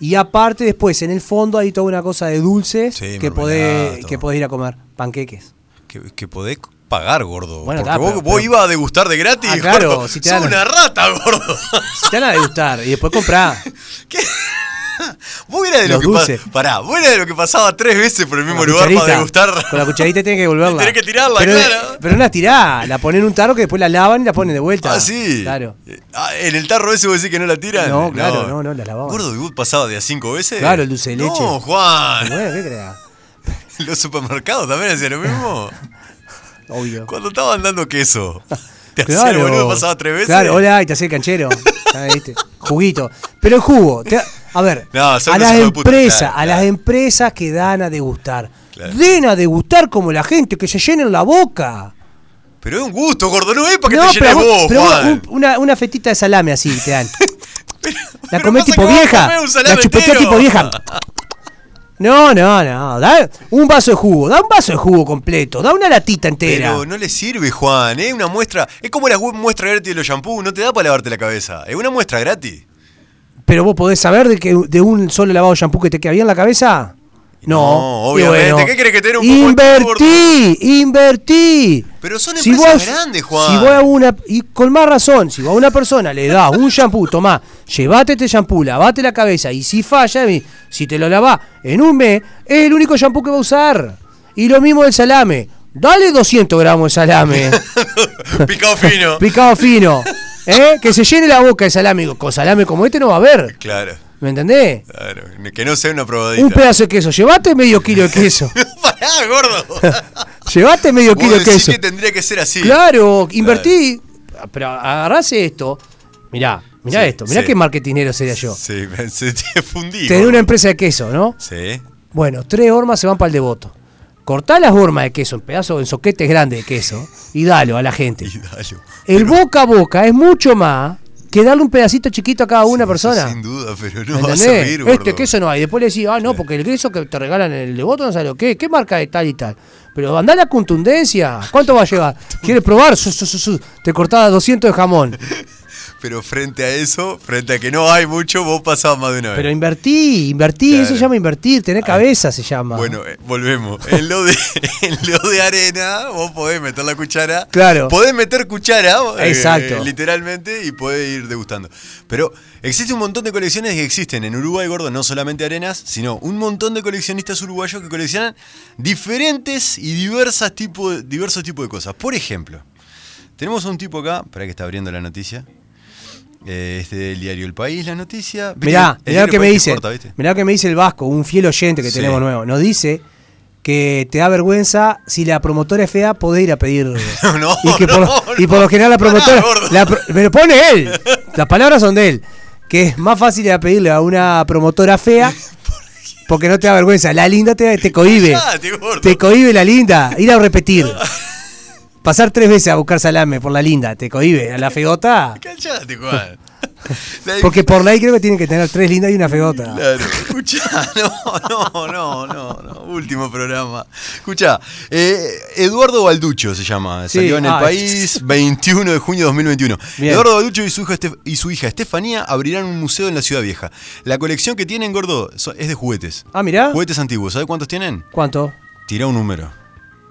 Speaker 4: Y aparte, después, en el fondo hay toda una cosa de dulces
Speaker 5: Sí,
Speaker 4: que,
Speaker 5: mermelada,
Speaker 4: podés,
Speaker 5: todo.
Speaker 4: que podés ir a comer. Panqueques.
Speaker 5: Que, que podés pagar, gordo.
Speaker 4: Bueno,
Speaker 5: porque
Speaker 4: está,
Speaker 5: vos,
Speaker 4: pero-
Speaker 5: vos
Speaker 4: pero-
Speaker 5: ibas a degustar de gratis.
Speaker 4: Ah, claro,
Speaker 5: gordo.
Speaker 4: si te
Speaker 5: Sos
Speaker 4: dan-
Speaker 5: una rata, gordo.
Speaker 4: Se te van a degustar y después comprar.
Speaker 5: Vos eras de
Speaker 4: Los
Speaker 5: lo que pa-
Speaker 4: dulces.
Speaker 5: Pará, vos eras de lo que pasaba tres veces por el mismo lugar para degustar.
Speaker 4: Con la cucharita tenés que devolverla.
Speaker 5: Tenés que tirarla,
Speaker 4: pero,
Speaker 5: claro.
Speaker 4: Pero no la tirá, la ponen en un tarro que después la lavan y la ponen de vuelta.
Speaker 5: Ah, sí.
Speaker 4: Claro.
Speaker 5: Eh, ah, en el tarro ese vos decís que no la tiran.
Speaker 4: No, claro, no, no, la lavaban.
Speaker 5: Gordo, ¿y vos pasabas de a cinco veces?
Speaker 4: Claro, el dulce de leche.
Speaker 5: No, Juan.
Speaker 4: Bueno, ¿qué creas?
Speaker 5: Los supermercados también hacían lo mismo.
Speaker 4: Obvio.
Speaker 5: Cuando estaban dando queso. Te hacían
Speaker 4: Claro.
Speaker 5: el boludo, pasaba tres veces.
Speaker 4: Claro, hola, y te hace el canchero. Ah, ¿viste? Juguito. Pero el jugo. te- a ver,
Speaker 5: No, son
Speaker 4: a
Speaker 5: unos
Speaker 4: las
Speaker 5: hijos de puta,
Speaker 4: empresas,
Speaker 5: claro,
Speaker 4: a
Speaker 5: claro.
Speaker 4: las empresas que dan a degustar.
Speaker 5: Claro.
Speaker 4: Den a degustar como la gente, que se llenen la boca.
Speaker 5: Pero es un gusto, gordo, no es para que
Speaker 4: No,
Speaker 5: te llenes
Speaker 4: vos-
Speaker 5: vos,
Speaker 4: pero
Speaker 5: Juan.
Speaker 4: un- una, una fetita de salame así te dan. la
Speaker 5: pero
Speaker 4: comés
Speaker 5: pasa
Speaker 4: tipo
Speaker 5: que vos
Speaker 4: vieja.
Speaker 5: comés un salame
Speaker 4: La chupeteás
Speaker 5: entero.
Speaker 4: tipo vieja. No, no, no. Da un vaso de jugo. Da un vaso de jugo completo. Da una latita entera.
Speaker 5: Pero no le sirve, Juan, es una muestra. Es como la we- muestra gratis de los shampoos, no te da para lavarte la cabeza. Es una muestra gratis.
Speaker 4: Pero vos podés saber de que de un solo lavado de shampoo que te queda bien la cabeza. No,
Speaker 5: No,
Speaker 4: Y
Speaker 5: obviamente. ¿Qué querés que te dé un poco de
Speaker 4: Invertí, invertí.
Speaker 5: Pero son empresas grandes, Juan.
Speaker 4: Si vos a una, y con más razón, si vos a una persona le das un shampoo, tomá, llevate este shampoo, lavate la cabeza y si falla, y si te lo lavás en un mes, es el único shampoo que va a usar. Y lo mismo del salame. Dale 200 gramos de salame.
Speaker 5: Picado fino.
Speaker 4: Picado fino. ¿Eh? Que se llene la boca de salame. Con salame como este no va a haber.
Speaker 5: claro,
Speaker 4: ¿Me entendés?
Speaker 5: claro. Que no sea una probadita.
Speaker 4: Un pedazo de queso. Llevate medio kilo de queso.
Speaker 5: Pará, gordo.
Speaker 4: Llevate medio
Speaker 5: Vos
Speaker 4: kilo de
Speaker 5: decís
Speaker 4: queso.
Speaker 5: que tendría que ser así.
Speaker 4: Claro, invertí. Pero agarrás esto. Mirá, mirá
Speaker 5: Sí,
Speaker 4: esto. Mirá
Speaker 5: sí.
Speaker 4: qué marketinero sería yo.
Speaker 5: Sí, me- se te fundí.
Speaker 4: Tener
Speaker 5: gordo.
Speaker 4: una empresa de queso, ¿no?
Speaker 5: Sí.
Speaker 4: Bueno, tres hormas se van para el devoto. Cortá las hormas de queso en pedazos, en soquetes grandes de queso y dalo a la gente.
Speaker 5: Y dalo.
Speaker 4: El boca a boca es mucho más que darle un pedacito chiquito a cada una persona.
Speaker 5: Sin duda, pero
Speaker 4: ¿Me
Speaker 5: no va a
Speaker 4: entendés?
Speaker 5: servir, gordo.
Speaker 4: Este queso no hay. Después le decís, ah, no, porque el queso que te regalan en el devoto no sabe lo que es. ¿Qué marca de tal y tal? Pero andá la contundencia. ¿Cuánto va a llevar? ¿Quieres probar? Su, su, su, su. Te cortaba 200 de jamón.
Speaker 5: Pero frente a eso, frente a que no hay mucho, vos pasabas más de una vez.
Speaker 4: Pero invertí, invertí.
Speaker 5: Claro.
Speaker 4: Eso se llama invertir. Tener cabeza se llama.
Speaker 5: Bueno, eh, volvemos. En lo, de, en lo de arena, vos podés meter la cuchara.
Speaker 4: Claro.
Speaker 5: Podés meter cuchara, eh,
Speaker 4: Exacto.
Speaker 5: literalmente, y podés ir degustando. Pero existe un montón de colecciones que existen en Uruguay, gordo, no solamente arenas, sino un montón de coleccionistas uruguayos que coleccionan diferentes y diversas tipo, de- diversos tipos de cosas. Por ejemplo, tenemos a un tipo acá, para que está abriendo la noticia. Eh, Este del diario El País, la noticia. ¿Viste?
Speaker 4: mirá,
Speaker 5: El
Speaker 4: mirá
Speaker 5: diario
Speaker 4: lo que
Speaker 5: El
Speaker 4: me
Speaker 5: País
Speaker 4: dice.
Speaker 5: corta, ¿viste?
Speaker 4: mirá lo que me dice el Vasco, un fiel oyente que
Speaker 5: Sí.
Speaker 4: tenemos nuevo. Nos dice que te da vergüenza si la promotora es fea, podés ir a pedir.
Speaker 5: No,
Speaker 4: y, que por, lo-
Speaker 5: no,
Speaker 4: y por lo general la
Speaker 5: pará,
Speaker 4: promotora.
Speaker 5: gordo.
Speaker 4: la pro- me lo pone él. Las palabras son de él. Que es más fácil ir a pedirle a una promotora fea. Porque no te da vergüenza. La linda te, te cohibe.
Speaker 5: Cállate, gordo.
Speaker 4: Te cohibe la linda. Ir a repetir. Pasar tres veces a buscar salame por la linda. Te cohibe. A la feota.
Speaker 5: Callate, Juan. La-
Speaker 4: Porque por ley creo que tienen que tener tres lindas y una feota.
Speaker 5: Claro, escuchá, no, no, no, no, no, último programa. Escuchá, eh, Eduardo Balducho se llama,
Speaker 4: Sí,
Speaker 5: salió en el
Speaker 4: ah,
Speaker 5: país 21 de junio de 2021.
Speaker 4: Bien.
Speaker 5: Eduardo Balducho y su, hija Estef- y su hija Estefanía abrirán un museo en la Ciudad Vieja. La colección que tienen, gordo, so- es de juguetes.
Speaker 4: Ah, mirá.
Speaker 5: Juguetes antiguos, ¿sabes cuántos tienen?
Speaker 4: ¿Cuánto?
Speaker 5: Tirá un número.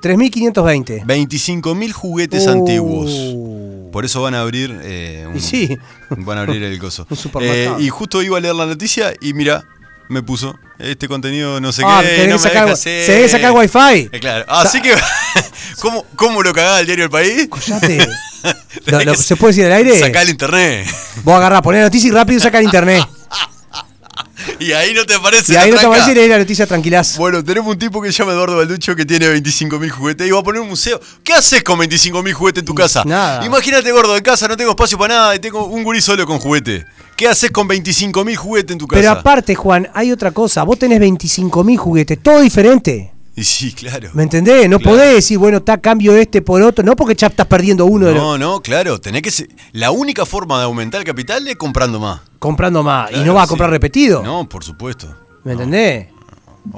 Speaker 4: 3520.
Speaker 5: 25.000 juguetes
Speaker 4: Uh.
Speaker 5: antiguos. Por eso van a abrir eh, un,
Speaker 4: Y sí.
Speaker 5: Van a abrir el coso.
Speaker 4: Un supermercado.
Speaker 5: Eh, y justo iba a leer la noticia y mira, me puso. Este contenido no sé
Speaker 4: Ah,
Speaker 5: qué.
Speaker 4: tenés
Speaker 5: no
Speaker 4: que
Speaker 5: me
Speaker 4: sacar-
Speaker 5: deja
Speaker 4: se
Speaker 5: hacer".
Speaker 4: debe sacar wifi.
Speaker 5: Eh, claro. Así que. ¿cómo, ¿Cómo lo cagaba el diario El País?
Speaker 4: Cállate. Lo- lo- ¿Se puede decir al aire?
Speaker 5: Sacá el internet.
Speaker 4: Vos agarrás, ponés la noticia y rápido saca el internet.
Speaker 5: Y ahí no te aparece
Speaker 4: Y ahí no te
Speaker 5: tranca.
Speaker 4: aparece y leí la noticia tranquilás.
Speaker 5: Bueno, tenemos un tipo que se llama Eduardo Balducho que tiene 25.000 juguetes y va a poner un museo. ¿Qué haces con 25.000 juguetes en tu casa?
Speaker 4: nada.
Speaker 5: Imagínate, gordo, en casa no tengo espacio para nada y tengo un gurí solo con juguete. ¿Qué haces con 25.000 juguetes en tu casa?
Speaker 4: Pero aparte, Juan, hay otra cosa. Vos tenés 25.000 juguetes, todo diferente.
Speaker 5: Y sí, claro.
Speaker 4: ¿Me entendés? No
Speaker 5: Claro.
Speaker 4: podés decir, bueno, está cambio este por otro. No porque ya estás perdiendo uno de los-
Speaker 5: No, no, claro, tenés que se- la única forma de aumentar el capital es comprando más.
Speaker 4: comprando más. y
Speaker 5: Claro,
Speaker 4: no vas a
Speaker 5: sí.
Speaker 4: comprar repetido.
Speaker 5: No, por supuesto.
Speaker 4: ¿Me entendés?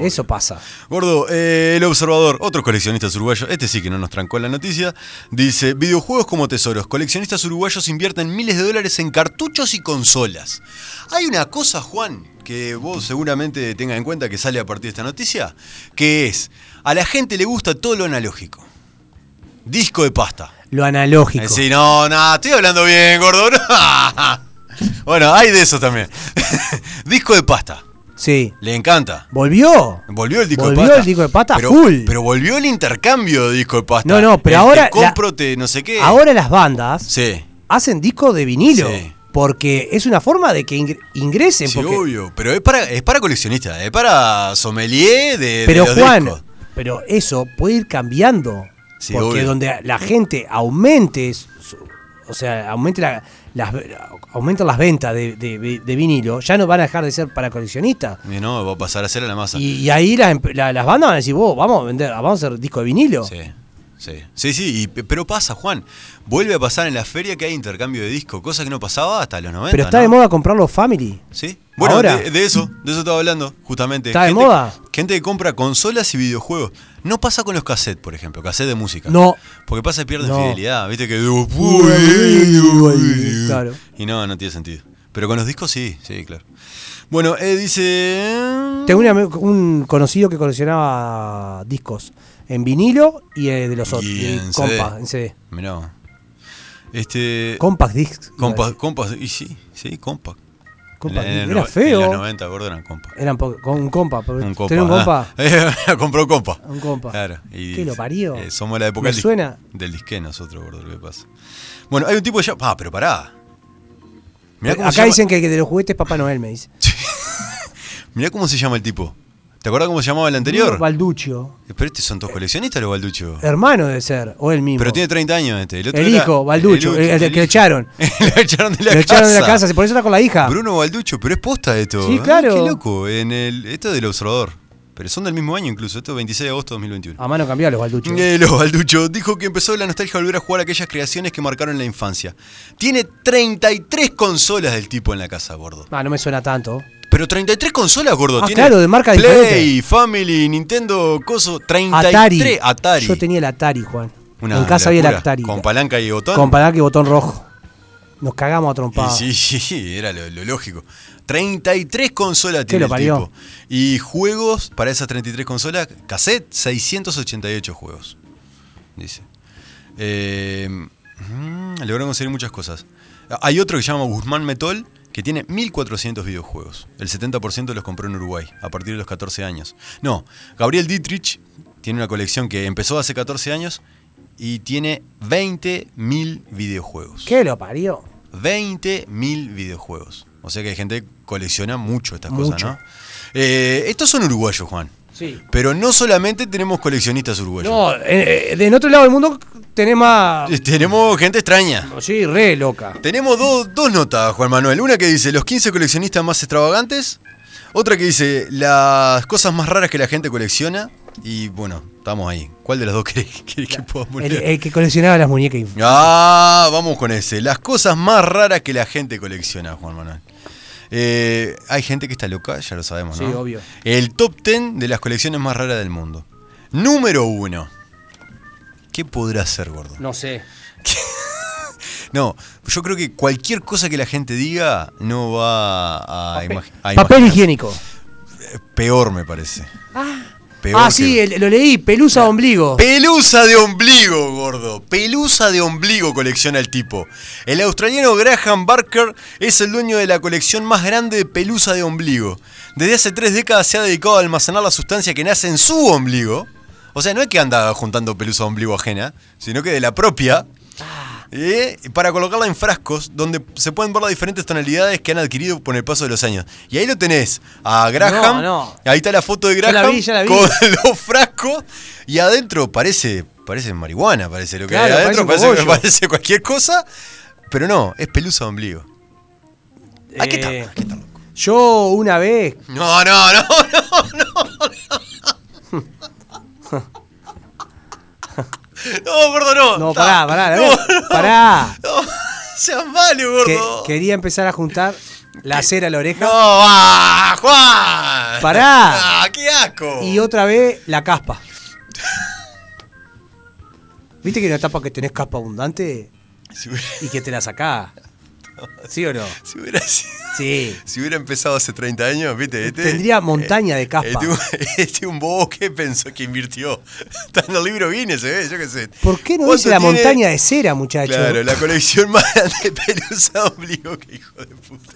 Speaker 4: Eso pasa.
Speaker 5: Gordo, eh, el observador, otros coleccionistas uruguayos, este sí que no nos trancó en la noticia, dice, videojuegos como tesoros, coleccionistas uruguayos invierten miles de dólares en cartuchos y consolas. Hay una cosa, Juan, que vos seguramente tengas en cuenta que sale a partir de esta noticia, que es, a la gente le gusta todo lo analógico. Disco de pasta.
Speaker 4: Lo analógico.
Speaker 5: Eh, Sí, no, nada, estoy hablando bien, gordo. no. Bueno, hay de eso también. Disco de pasta,
Speaker 4: Sí.
Speaker 5: le encanta.
Speaker 4: ¿Volvió?
Speaker 5: Volvió el disco
Speaker 4: Volvió
Speaker 5: de pata.
Speaker 4: el disco de pata
Speaker 5: pero,
Speaker 4: full.
Speaker 5: Pero volvió el intercambio de disco de pasta.
Speaker 4: No, no, pero
Speaker 5: El
Speaker 4: ahora
Speaker 5: Te
Speaker 4: la-
Speaker 5: compro, te no sé qué.
Speaker 4: Ahora las bandas
Speaker 5: Sí.
Speaker 4: hacen discos de vinilo.
Speaker 5: Sí.
Speaker 4: Porque es una forma de que ingre- ingresen.
Speaker 5: Sí,
Speaker 4: porque-
Speaker 5: obvio. Pero es para, es para coleccionistas, es para sommelier de. de
Speaker 4: Pero
Speaker 5: los
Speaker 4: Juan,
Speaker 5: discos.
Speaker 4: pero eso puede ir cambiando.
Speaker 5: Sí,
Speaker 4: porque
Speaker 5: obvio.
Speaker 4: donde la gente aumente, su- su- o sea, aumente la- las, aumenten las ventas de, de- de vinilo, ya no van a dejar de ser para coleccionistas.
Speaker 5: Y no, va a pasar a ser a la masa.
Speaker 4: Y, y ahí las, em- la- las bandas van a decir, vos, vamos a vender, vamos a hacer disco de vinilo.
Speaker 5: Sí. Sí, sí, sí, y- pero pasa, Juan. Vuelve a pasar en la feria que hay intercambio de disco, cosa que no pasaba hasta los 90.
Speaker 4: pero está
Speaker 5: ¿no?
Speaker 4: de moda comprar los family.
Speaker 5: Sí. Bueno,
Speaker 4: Ahora.
Speaker 5: de, de eso, de eso estaba hablando, justamente.
Speaker 4: Está de moda.
Speaker 5: Gente que compra consolas y videojuegos. No pasa con los cassettes, por ejemplo, cassettes de música.
Speaker 4: No.
Speaker 5: Porque pasa y pierden
Speaker 4: No.
Speaker 5: fidelidad, viste que.
Speaker 4: Claro.
Speaker 5: Y no, no tiene sentido. Pero con los discos sí, sí, claro. Bueno, eh, dice.
Speaker 4: Tengo un, ami- un conocido que coleccionaba discos en vinilo y eh, de los otros.
Speaker 5: Y en
Speaker 4: compas,
Speaker 5: CD.
Speaker 4: en CD.
Speaker 5: Mirá. Este.
Speaker 4: Compact discs.
Speaker 5: Compas, compas, y sí, sí, compas.
Speaker 4: Compact
Speaker 5: En- en
Speaker 4: disc. Era
Speaker 5: no-
Speaker 4: feo.
Speaker 5: En los 90, gordo, eran compas.
Speaker 4: Eran po- con un compa, pero
Speaker 5: Un compa.
Speaker 4: tenía un compa.
Speaker 5: ah. Compró un compa.
Speaker 4: Un compa.
Speaker 5: Claro. y-
Speaker 4: ¿Qué lo parió?
Speaker 5: eh, somos la época
Speaker 4: Me
Speaker 5: del dis-
Speaker 4: suena.
Speaker 5: del disque nosotros, gordo, lo que pasa. Bueno, hay un tipo ya. Ah, pero pará. Mirá cómo, se
Speaker 4: Eh, Acá
Speaker 5: llama,
Speaker 4: dicen que, que de los juguetes Papá Noel me dice.
Speaker 5: mirá cómo se llama el tipo. ¿Te acuerdas cómo se llamaba el anterior?
Speaker 4: Balducho.
Speaker 5: Eh, Pero estos son todos coleccionistas los Balducho.
Speaker 4: Hermano debe ser, o él mismo.
Speaker 5: Pero tiene 30 años este. El, otro
Speaker 4: El
Speaker 5: era-
Speaker 4: hijo, Balducho, el- el que
Speaker 5: hijo.
Speaker 4: lo echaron.
Speaker 5: lo echaron de la
Speaker 4: Lo
Speaker 5: casa.
Speaker 4: echaron de la casa, por eso está con la hija.
Speaker 5: Bruno Balducho, pero es posta esto.
Speaker 4: Sí,
Speaker 5: Ah,
Speaker 4: claro.
Speaker 5: Qué loco. En el, esto es del observador. Pero son del mismo año incluso. Esto es 26 de agosto de 2021.
Speaker 4: A mano cambiada los Balducho.
Speaker 5: Eh, Lo Balducho dijo que empezó la nostalgia al volver a jugar aquellas creaciones que marcaron la infancia. Tiene 33 consolas del tipo en la casa, gordo.
Speaker 4: Ah, no me suena tanto.
Speaker 5: Pero 33 consolas, gordo.
Speaker 4: Ah,
Speaker 5: tiene
Speaker 4: claro, de marca
Speaker 5: Play,
Speaker 4: diferente.
Speaker 5: Family, Nintendo, Coso. 33
Speaker 4: Atari.
Speaker 5: Atari.
Speaker 4: Yo tenía el Atari, Juan.
Speaker 5: Una
Speaker 4: en casa había el
Speaker 5: locura.
Speaker 4: Atari.
Speaker 5: Con palanca y botón.
Speaker 4: Con palanca y botón rojo. Nos cagamos a trompadas.
Speaker 5: Y sí, sí, era lo, lo lógico. 33 consolas
Speaker 4: ¿Qué
Speaker 5: tiene
Speaker 4: lo
Speaker 5: el
Speaker 4: parió?
Speaker 5: tipo. Y juegos para esas 33 consolas, cassette, 688 juegos. Dice. Eh, mm, lograron conseguir muchas cosas. Hay otro que se llama Guzmán Metol, que tiene 1400 videojuegos. El 70% los compró en Uruguay, a partir de los 14 años. No, Gabriel Dietrich tiene una colección que empezó hace 14 años y tiene 20.000 videojuegos.
Speaker 4: ¿Qué lo parió?
Speaker 5: 20.000 videojuegos. O sea que hay gente que colecciona mucho estas cosas,
Speaker 4: Mucho.
Speaker 5: ¿no? Eh, estos son uruguayos, Juan.
Speaker 4: Sí.
Speaker 5: Pero no solamente tenemos coleccionistas uruguayos.
Speaker 4: No, eh, eh, de en otro lado del mundo tenés más.
Speaker 5: Eh, Tenemos gente extraña.
Speaker 4: Sí, re loca.
Speaker 5: Tenemos dos, dos notas, Juan Manuel. Una que dice los 15 coleccionistas más extravagantes. Otra que dice las cosas más raras que la gente colecciona. Y bueno, estamos ahí. ¿Cuál de las dos querés, querés que podamos
Speaker 4: El,
Speaker 5: leer?
Speaker 4: el que coleccionaba las muñecas. inf-
Speaker 5: Ah, vamos con ese. Las cosas más raras que la gente colecciona, Juan Manuel. Eh, hay gente que está loca, ya lo sabemos,
Speaker 4: Sí,
Speaker 5: ¿no?
Speaker 4: obvio.
Speaker 5: El top 10 de las colecciones más raras del mundo. Número uno. ¿Qué podrá ser, gordo?
Speaker 4: No sé.
Speaker 5: No, yo creo que cualquier cosa que la gente diga no va a, imagi- a
Speaker 4: Papel
Speaker 5: imaginar.
Speaker 4: higiénico.
Speaker 5: Peor, me parece. Peor
Speaker 4: ah,
Speaker 5: que-
Speaker 4: sí, el- lo leí, pelusa de ombligo.
Speaker 5: Pelusa de ombligo, gordo. Pelusa de ombligo colecciona el tipo. El australiano Graham Barker es el dueño de la colección más grande de pelusa de ombligo. Desde hace tres décadas se ha dedicado a almacenar la sustancia que nace en su
Speaker 7: Ah.
Speaker 5: ombligo. O sea, no es que anda juntando pelusa de ombligo ajena, sino que de la propia. eh, para colocarla en frascos donde se pueden ver las diferentes tonalidades que han adquirido con el paso de los años. Y ahí lo tenés a Graham.
Speaker 7: No,
Speaker 5: Ahí está la foto de
Speaker 7: Ya
Speaker 5: Graham
Speaker 7: la vi, ya la vi.
Speaker 5: con los frascos y adentro parece parece marihuana, parece lo que
Speaker 4: Claro,
Speaker 5: hay adentro,
Speaker 4: parece
Speaker 5: parece,
Speaker 4: un cogollo.
Speaker 5: parece cualquier cosa, pero no, es pelusa de ombligo. Aquí está,
Speaker 4: Eh,
Speaker 5: aquí está, loco.
Speaker 4: Yo una vez,
Speaker 5: No, no, no, no, no. No, gordo, no.
Speaker 4: no,
Speaker 5: Está.
Speaker 4: pará, pará, la
Speaker 5: No,
Speaker 4: vez- pará,
Speaker 5: no, seas malo,
Speaker 4: que-
Speaker 5: gordo.
Speaker 4: quería empezar a juntar
Speaker 5: Eh,
Speaker 4: la cera a la oreja
Speaker 5: No, ah, Juan.
Speaker 4: Pará.
Speaker 5: Ah, qué asco.
Speaker 4: y otra vez la caspa. ¿Viste que en una etapa que tenés caspa abundante
Speaker 5: Si hubiera,
Speaker 4: y que te la sacás? ¿Sí o no?
Speaker 5: si hubiera sido-
Speaker 4: Sí.
Speaker 5: Si hubiera empezado hace 30 años, ¿viste? Este-
Speaker 4: Tendría montaña de caspa.
Speaker 5: Este, este un bobo que pensó que invirtió. Está en el libro Guinness, ¿eh? Yo qué sé.
Speaker 4: ¿Por qué no
Speaker 5: Vos
Speaker 4: dice la
Speaker 5: tiene-
Speaker 4: montaña de cera, muchacho?
Speaker 5: Claro, la colección más grande de pelusa de ombligo que hijo de puta.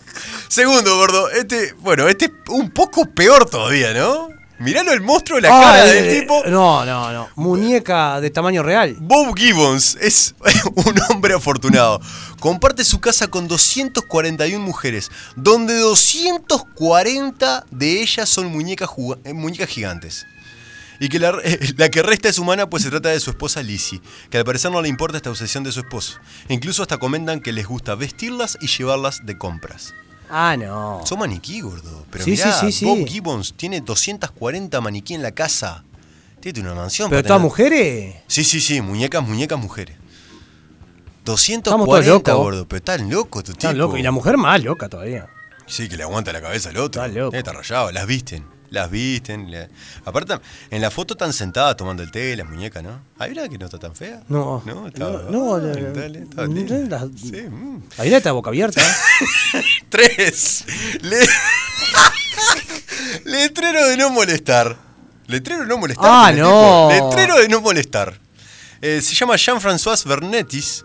Speaker 5: Segundo, gordo, este, bueno, este es un poco peor todavía, ¿no? Miralo el monstruo de la
Speaker 4: Ah,
Speaker 5: cara
Speaker 4: eh,
Speaker 5: del tipo.
Speaker 4: No, no, no. Muñeca de tamaño real.
Speaker 5: Bob Gibbons es un hombre afortunado. Comparte su casa con 241 mujeres, donde 240 de ellas son muñecas, juga- eh, muñecas gigantes. Y que la, re- eh, la que resta es humana, pues se trata de su esposa Lizzie, que al parecer no le importa esta obsesión de su esposo. E Incluso hasta comentan que les gusta vestirlas y llevarlas de compras.
Speaker 4: Ah, no.
Speaker 5: Son maniquí, gordo. Pero
Speaker 4: Sí,
Speaker 5: mirá,
Speaker 4: sí, sí, sí.
Speaker 5: Bob Gibbons tiene 240 maniquí en la casa. Tiene una mansión.
Speaker 4: Pero
Speaker 5: para
Speaker 4: todas
Speaker 5: tener.
Speaker 4: mujeres.
Speaker 5: Sí, sí, sí, muñecas, muñecas, mujeres. 240
Speaker 4: Estamos todos locos.
Speaker 5: gordo, pero están locos tu tipo.
Speaker 4: Están locos. Y la mujer más loca todavía.
Speaker 5: Sí, que le aguanta la cabeza al otro.
Speaker 4: Están locos.
Speaker 5: Eh, Está rayado, las visten. Las visten. la- Aparte, en la foto están sentadas tomando el té, las muñecas, ¿no? Hay una que no está tan fea.
Speaker 4: No.
Speaker 5: No, está.
Speaker 4: No, no,
Speaker 5: ah,
Speaker 4: la-
Speaker 5: dale, está
Speaker 4: no,
Speaker 5: linda.
Speaker 4: las-
Speaker 5: Sí, mm.
Speaker 4: Ahí la está boca abierta. ¿eh?
Speaker 5: Tres. Le- Letrero de no molestar. Letrero de no molestar.
Speaker 4: Ah,
Speaker 5: tiene
Speaker 4: no.
Speaker 5: tipo. Letrero de no molestar. Eh, se llama Jean-François Bernetis.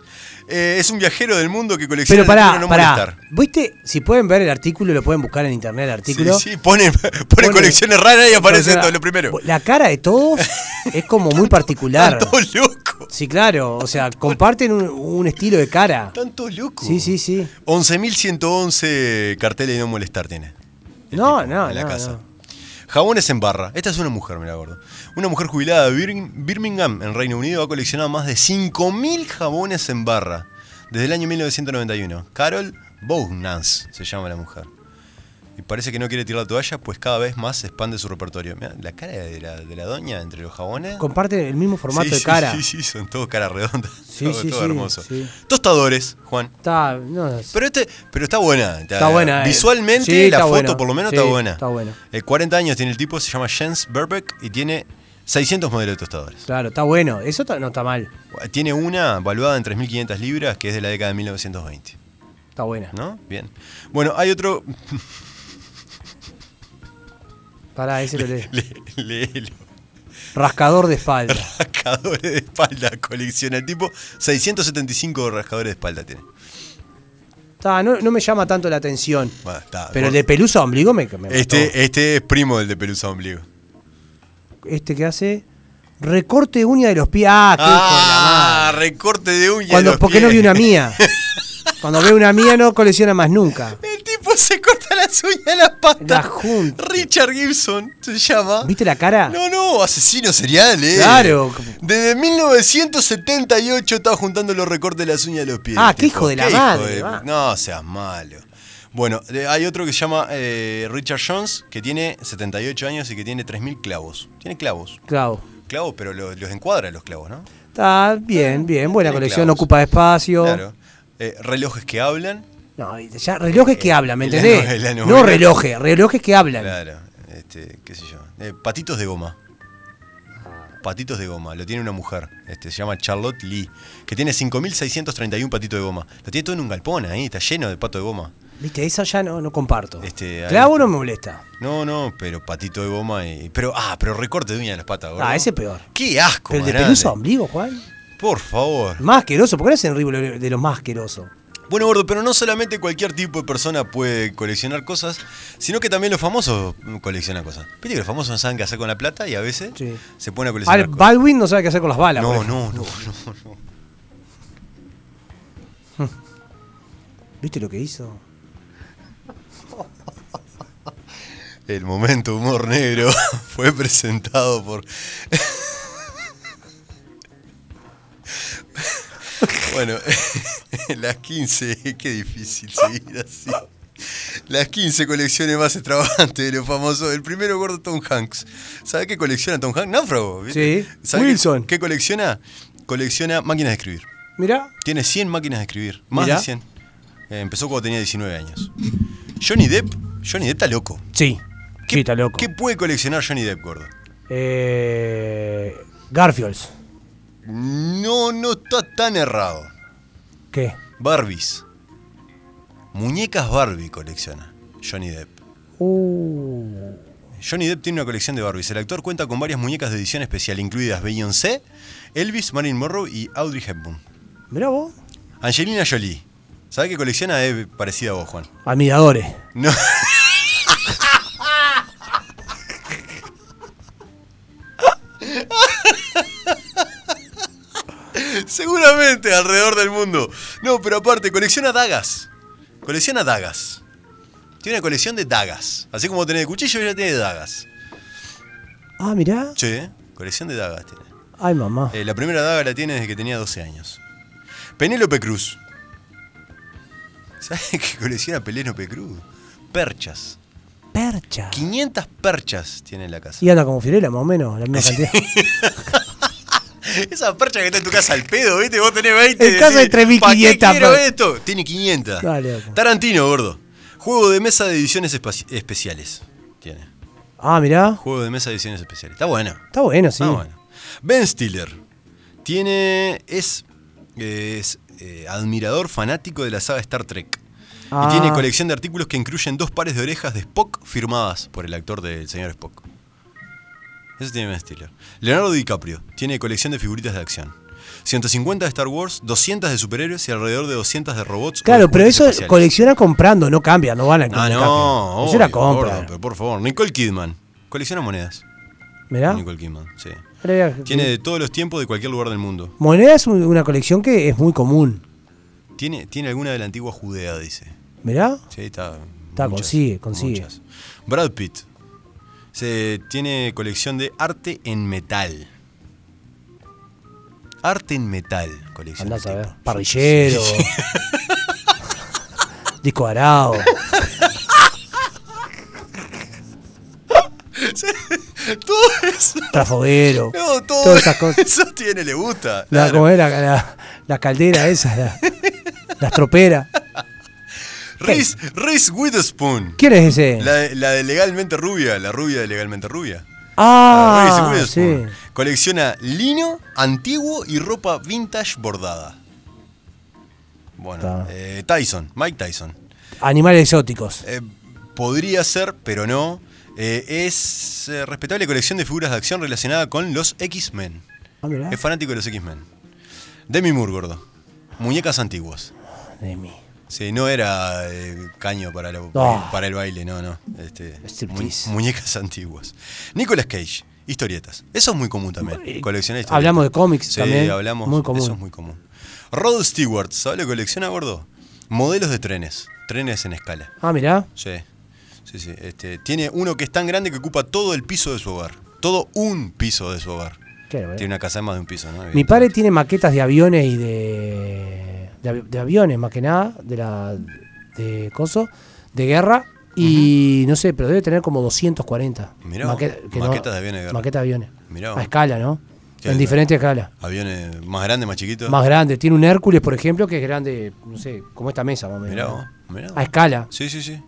Speaker 5: Eh, es un viajero del mundo que colecciona
Speaker 4: Pero pará,
Speaker 5: letreros de no
Speaker 4: pará.
Speaker 5: molestar.
Speaker 4: ¿Viste? Si pueden ver el artículo, lo pueden buscar en internet el artículo.
Speaker 5: Sí, sí, pone, pone, colecciones raras y aparece todo lo primero.
Speaker 4: La cara de todos es como muy particular.
Speaker 5: Están todos locos.
Speaker 4: Sí, claro. O sea, comparten un, un estilo de cara.
Speaker 5: Están todos locos.
Speaker 4: Sí, sí, sí.
Speaker 5: 11.111 carteles de no molestar tiene. El
Speaker 4: No,
Speaker 5: tipo
Speaker 4: no,
Speaker 5: en la
Speaker 4: no,
Speaker 5: casa.
Speaker 4: no.
Speaker 5: Jabones en barra. Esta es una mujer, me la gordo. Una mujer jubilada de Bir- Birmingham, en Reino Unido, ha coleccionado más de 5.000 jabones en barra desde el año 1991. Carol Bownance se llama la mujer. Y parece que no quiere tirar la toalla, pues cada vez más se expande su repertorio. Mirá, la cara de la, de la doña entre los jabones.
Speaker 4: Comparten el mismo formato
Speaker 5: Sí,
Speaker 4: de
Speaker 5: sí,
Speaker 4: cara.
Speaker 5: Sí, sí, son todos cara redonda.
Speaker 4: Sí,
Speaker 5: todo,
Speaker 4: sí,
Speaker 5: todo
Speaker 4: sí,
Speaker 5: hermoso.
Speaker 4: sí.
Speaker 5: Tostadores, Juan.
Speaker 4: Está, no, es-
Speaker 5: Pero este, pero está buena.
Speaker 4: Está buena, eh.
Speaker 5: Visualmente,
Speaker 4: Sí,
Speaker 5: la
Speaker 4: está
Speaker 5: foto
Speaker 4: bueno.
Speaker 5: por lo menos
Speaker 4: Sí,
Speaker 5: está buena.
Speaker 4: está bueno.
Speaker 5: Eh, 40 años tiene el tipo, se llama Jens Berbeck y tiene 600 modelos de tostadores.
Speaker 4: claro, está bueno. Eso ta- no está mal.
Speaker 5: Tiene una valuada en 3.500 libras que es de la década de 1920.
Speaker 4: Está buena.
Speaker 5: ¿No? Bien. Bueno, hay otro.
Speaker 4: Pará, ese lo lees.
Speaker 5: le- Léelo.
Speaker 4: Rascador de espalda.
Speaker 5: Rascadores de espalda colecciona el tipo. 675 rascadores de espalda tiene.
Speaker 4: Está, no, no me llama tanto la atención.
Speaker 5: Bueno, está,
Speaker 4: Pero el
Speaker 5: bueno.
Speaker 4: de pelusa a ombligo me, me mató.
Speaker 5: este, este es primo del de Pelusa Ombligo.
Speaker 4: Este que hace recorte de uña de los pies. Ah, qué hijo de la madre.
Speaker 5: Ah, recorte de uña.
Speaker 4: Cuando,
Speaker 5: de los
Speaker 4: ¿Por qué no
Speaker 5: pies.
Speaker 4: vi una mía? Cuando ve una mía no colecciona más nunca.
Speaker 5: El tipo se corta las uñas de las pastas.
Speaker 4: La junta.
Speaker 5: Richard Gibson se llama.
Speaker 4: ¿Viste la cara?
Speaker 5: No, no, asesino serial, eh.
Speaker 4: Claro.
Speaker 5: Desde 1978 estaba juntando los recortes de las uñas de los pies.
Speaker 4: Ah,
Speaker 5: el
Speaker 4: qué
Speaker 5: tipo.
Speaker 4: hijo de la
Speaker 5: Qué
Speaker 4: madre,
Speaker 5: de-
Speaker 4: va.
Speaker 5: No seas malo. Bueno, eh, hay otro que se llama eh, Richard Jones, que tiene 78 años y que tiene 3.000 clavos. Tiene clavos.
Speaker 4: Claro.
Speaker 5: Clavos, pero lo- los encuadra los clavos, ¿no?
Speaker 4: Está bien, bien. Buena
Speaker 5: Tiene
Speaker 4: colección, no
Speaker 5: clavos.
Speaker 4: ocupa espacio.
Speaker 5: Claro. Eh, relojes que hablan.
Speaker 4: No, y ya relojes que hablan, ¿me
Speaker 5: la
Speaker 4: entendés?
Speaker 5: novela, la
Speaker 4: No
Speaker 5: novela.
Speaker 4: relojes, relojes que hablan.
Speaker 5: Claro, este, qué sé yo. Eh, patitos de goma. Patitos de goma, lo tiene una mujer, este, se llama Charlotte Lee, que tiene 5.631 patitos de goma. Lo tiene todo en un galpón ahí, está lleno de pato de goma.
Speaker 4: Viste, esa ya no, no comparto.
Speaker 5: Este, ahí
Speaker 4: Clavo
Speaker 5: está.
Speaker 4: no me molesta.
Speaker 5: No, no, pero patito de goma y. Pero, ah, pero recorte de uña de las patas, gordo.
Speaker 4: Ah, ese peor.
Speaker 5: Qué asco,
Speaker 4: Pero el de
Speaker 5: Manate.
Speaker 4: pelusa a ombligo, Juan.
Speaker 5: Por favor.
Speaker 4: Más asqueroso, ¿por qué no es horrible de los más asquerosos?
Speaker 5: Bueno, gordo, pero no solamente cualquier tipo de persona puede coleccionar cosas, sino que también los famosos coleccionan cosas. Viste que los famosos no saben qué hacer con la plata y a veces
Speaker 4: Sí.
Speaker 5: se ponen a coleccionar
Speaker 4: Al
Speaker 5: cosas.
Speaker 4: Baldwin no sabe qué hacer con las balas. por
Speaker 5: No,
Speaker 4: ejemplo.
Speaker 5: no, no, no, no.
Speaker 4: ¿Viste lo que hizo?
Speaker 5: El momento humor negro fue presentado por. bueno, las 15, qué difícil seguir así. Las 15 colecciones más extravagantes de los famosos. El primero gordo Tom Hanks. ¿Sabe qué colecciona Tom Hanks? Náufrago. ¿viste?
Speaker 4: Sí.
Speaker 5: ¿Sabe qué-
Speaker 4: Wilson.
Speaker 5: ¿Qué colecciona? Colecciona máquinas de escribir.
Speaker 4: Mirá,
Speaker 5: Tiene 100 máquinas de escribir. Más
Speaker 4: Mirá.
Speaker 5: de 100. Eh, empezó cuando tenía 19 años. Johnny Depp. Johnny Depp está loco.
Speaker 4: sí.
Speaker 5: ¿Qué-
Speaker 4: sí, está loco.
Speaker 5: ¿Qué puede coleccionar Johnny Depp, gordo?
Speaker 4: Eh, Garfields.
Speaker 5: No, no está tan errado.
Speaker 4: ¿Qué?
Speaker 5: Barbies. Muñecas Barbie colecciona Johnny Depp.
Speaker 4: Uh,
Speaker 5: Johnny Depp tiene una colección de Barbies. El actor cuenta con varias muñecas de edición especial, incluidas Beyoncé, Elvis, Marilyn Monroe y Audrey Hepburn.
Speaker 4: mirá vos.
Speaker 5: Angelina Jolie. ¿Sabes qué colecciona? Es parecida a vos, Juan.
Speaker 4: Admiradores.
Speaker 5: No. Seguramente alrededor del mundo. No, pero aparte, colecciona dagas. Colecciona dagas. Tiene una colección de dagas. Así como tiene de cuchillo, ella tiene de dagas.
Speaker 4: Ah, mirá.
Speaker 5: Sí, ¿eh? colección de dagas tiene.
Speaker 4: Ay, mamá.
Speaker 5: Eh, la primera daga la tiene desde que tenía 12 años. Penélope Cruz. ¿Sabes qué colecciona Penélope Cruz? Perchas.
Speaker 4: Percha.
Speaker 5: 500 perchas tiene en la casa.
Speaker 4: Y anda como Fiorella, más o menos, la misma cantidad.
Speaker 5: Esa percha que está en tu casa al pedo, ¿viste? Vos tenés 20.
Speaker 4: En casa hay
Speaker 5: decís,
Speaker 4: 3.500
Speaker 5: ¿pa' qué quiero
Speaker 4: per-
Speaker 5: esto? Tiene 500.
Speaker 4: Dale, loco.
Speaker 5: Tarantino, gordo. Juego de mesa de ediciones espaci- especiales. Tiene.
Speaker 4: Ah, mirá.
Speaker 5: Juego de mesa de ediciones especiales. Está bueno.
Speaker 4: Está bueno, sí.
Speaker 5: Está bueno. Ben Stiller. Tiene. Es. Es eh, admirador fanático de la saga Star Trek.
Speaker 4: Ah.
Speaker 5: Y tiene colección de artículos que incluyen dos pares de orejas de Spock firmadas por el actor del señor Spock. Eso tiene Ben Stiller. Leonardo DiCaprio tiene colección de figuritas de acción. 150 de Star Wars, 200 de superhéroes y alrededor de 200 de robots. o
Speaker 4: Claro,
Speaker 5: de
Speaker 4: pero
Speaker 5: juguetes
Speaker 4: eso
Speaker 5: espaciales.
Speaker 4: colecciona comprando, no cambia, no van a
Speaker 5: Ah,
Speaker 4: comprar.
Speaker 5: no.
Speaker 4: Eso era
Speaker 5: obvio,
Speaker 4: compra.
Speaker 5: gordo, pero por favor, Nicole Kidman. Colecciona monedas.
Speaker 4: ¿eh? Mirá.
Speaker 5: Nicole Kidman, sí.
Speaker 4: Ahora voy a-
Speaker 5: Tiene de todos los tiempos de cualquier lugar del mundo.
Speaker 4: Moneda es un- una colección que es muy común.
Speaker 5: Tiene, tiene alguna de la antigua Judea, dice.
Speaker 4: Mirá.
Speaker 5: Sí, está.
Speaker 4: Está, consigue, consigue.
Speaker 5: Brad Pitt. Se tiene colección de arte en metal. Arte en metal, colección.
Speaker 4: Andás
Speaker 5: del
Speaker 4: a ver.
Speaker 5: tipo.
Speaker 4: Parrillero. Disco arado.
Speaker 5: Todo eso.
Speaker 4: Trafoguero.
Speaker 5: no, todo
Speaker 4: Todas esas cosas.
Speaker 5: Eso tiene, le gusta.
Speaker 4: La,
Speaker 5: Claro.
Speaker 4: como es la, la- la caldera esa, la- las troperas.
Speaker 5: Reese, Reese Witherspoon.
Speaker 4: ¿Quién es ese?
Speaker 5: La, de- la de legalmente rubia, la rubia de legalmente rubia.
Speaker 4: ah,
Speaker 5: Ah, Reese
Speaker 4: sí.
Speaker 5: Witherspoon. Colecciona lino, antiguo y ropa vintage bordada. Bueno,
Speaker 4: Está.
Speaker 5: eh, Tyson, Mike Tyson.
Speaker 4: Animales exóticos.
Speaker 5: Eh, podría ser, pero no. Eh, es eh, respetable colección de figuras de acción relacionada con los X-Men.
Speaker 4: Ah, mirá.
Speaker 5: Es fanático de los X-Men. Demi Moore, gordo. Muñecas antiguas.
Speaker 4: De mí.
Speaker 5: Sí, no era eh, caño para, la-
Speaker 4: Ah.
Speaker 5: para el baile, no, no. Este,
Speaker 4: Striptease.
Speaker 5: muñecas antiguas. Nicolas Cage, historietas. Eso es muy común también.
Speaker 4: Eh,
Speaker 5: Coleccionar historietas.
Speaker 4: hablamos de cómics
Speaker 5: Sí,
Speaker 4: también.
Speaker 5: hablamos.
Speaker 4: Muy común.
Speaker 5: Eso es muy común. Rod Stewart, ¿sabes lo que colecciona, gordo? Modelos de trenes. Trenes en escala.
Speaker 4: Ah, mirá.
Speaker 5: Sí, sí, sí. Este, tiene uno que es tan grande que ocupa todo el piso de su hogar. Todo un piso de su hogar.
Speaker 4: Claro, eh.
Speaker 5: Tiene una casa de más de un piso, ¿no?
Speaker 4: Mi padre tiene maquetas de aviones y de. de, avi- de aviones, más que nada, de la. de coso, de guerra. Y no sé, pero debe tener como 240.
Speaker 5: Mirá vos,
Speaker 4: que
Speaker 5: maquetas de aviones de guerra.
Speaker 4: Maquetas de aviones.
Speaker 5: Mirá vos.
Speaker 4: A escala, ¿no?
Speaker 5: Qué
Speaker 4: En
Speaker 5: bien.
Speaker 4: diferentes escalas.
Speaker 5: Aviones más grandes, más chiquitos.
Speaker 4: Más grande. Tiene un Hércules, por ejemplo, que es grande, no sé, como esta mesa, más o menos.
Speaker 5: Mirá
Speaker 4: ¿no?
Speaker 5: vos, mirá vos.
Speaker 4: A escala.
Speaker 5: Sí, sí, sí.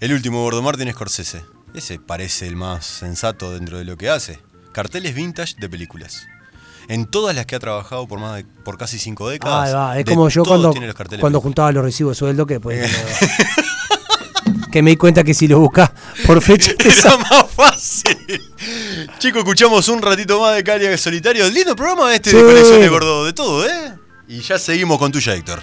Speaker 5: El último, Gordo Martin Scorsese. Ese parece el más sensato dentro de lo que hace. Carteles vintage de películas. En todas las que ha trabajado por más de- por casi cinco décadas.
Speaker 4: Ah, va, es
Speaker 5: de
Speaker 4: como yo
Speaker 5: todos
Speaker 4: cuando,
Speaker 5: tiene los carteles Eh.
Speaker 4: cuando
Speaker 5: vintage.
Speaker 4: juntaba los recibos de sueldo que después. que me di cuenta que si lo buscas por fecha te
Speaker 5: Era más fácil. Chicos, escuchamos un ratito más de Calia Solitario. Lindo programa este de
Speaker 4: Sí.
Speaker 5: colecciones, gordo, de todo, ¿eh? Y ya seguimos con tuya, Héctor.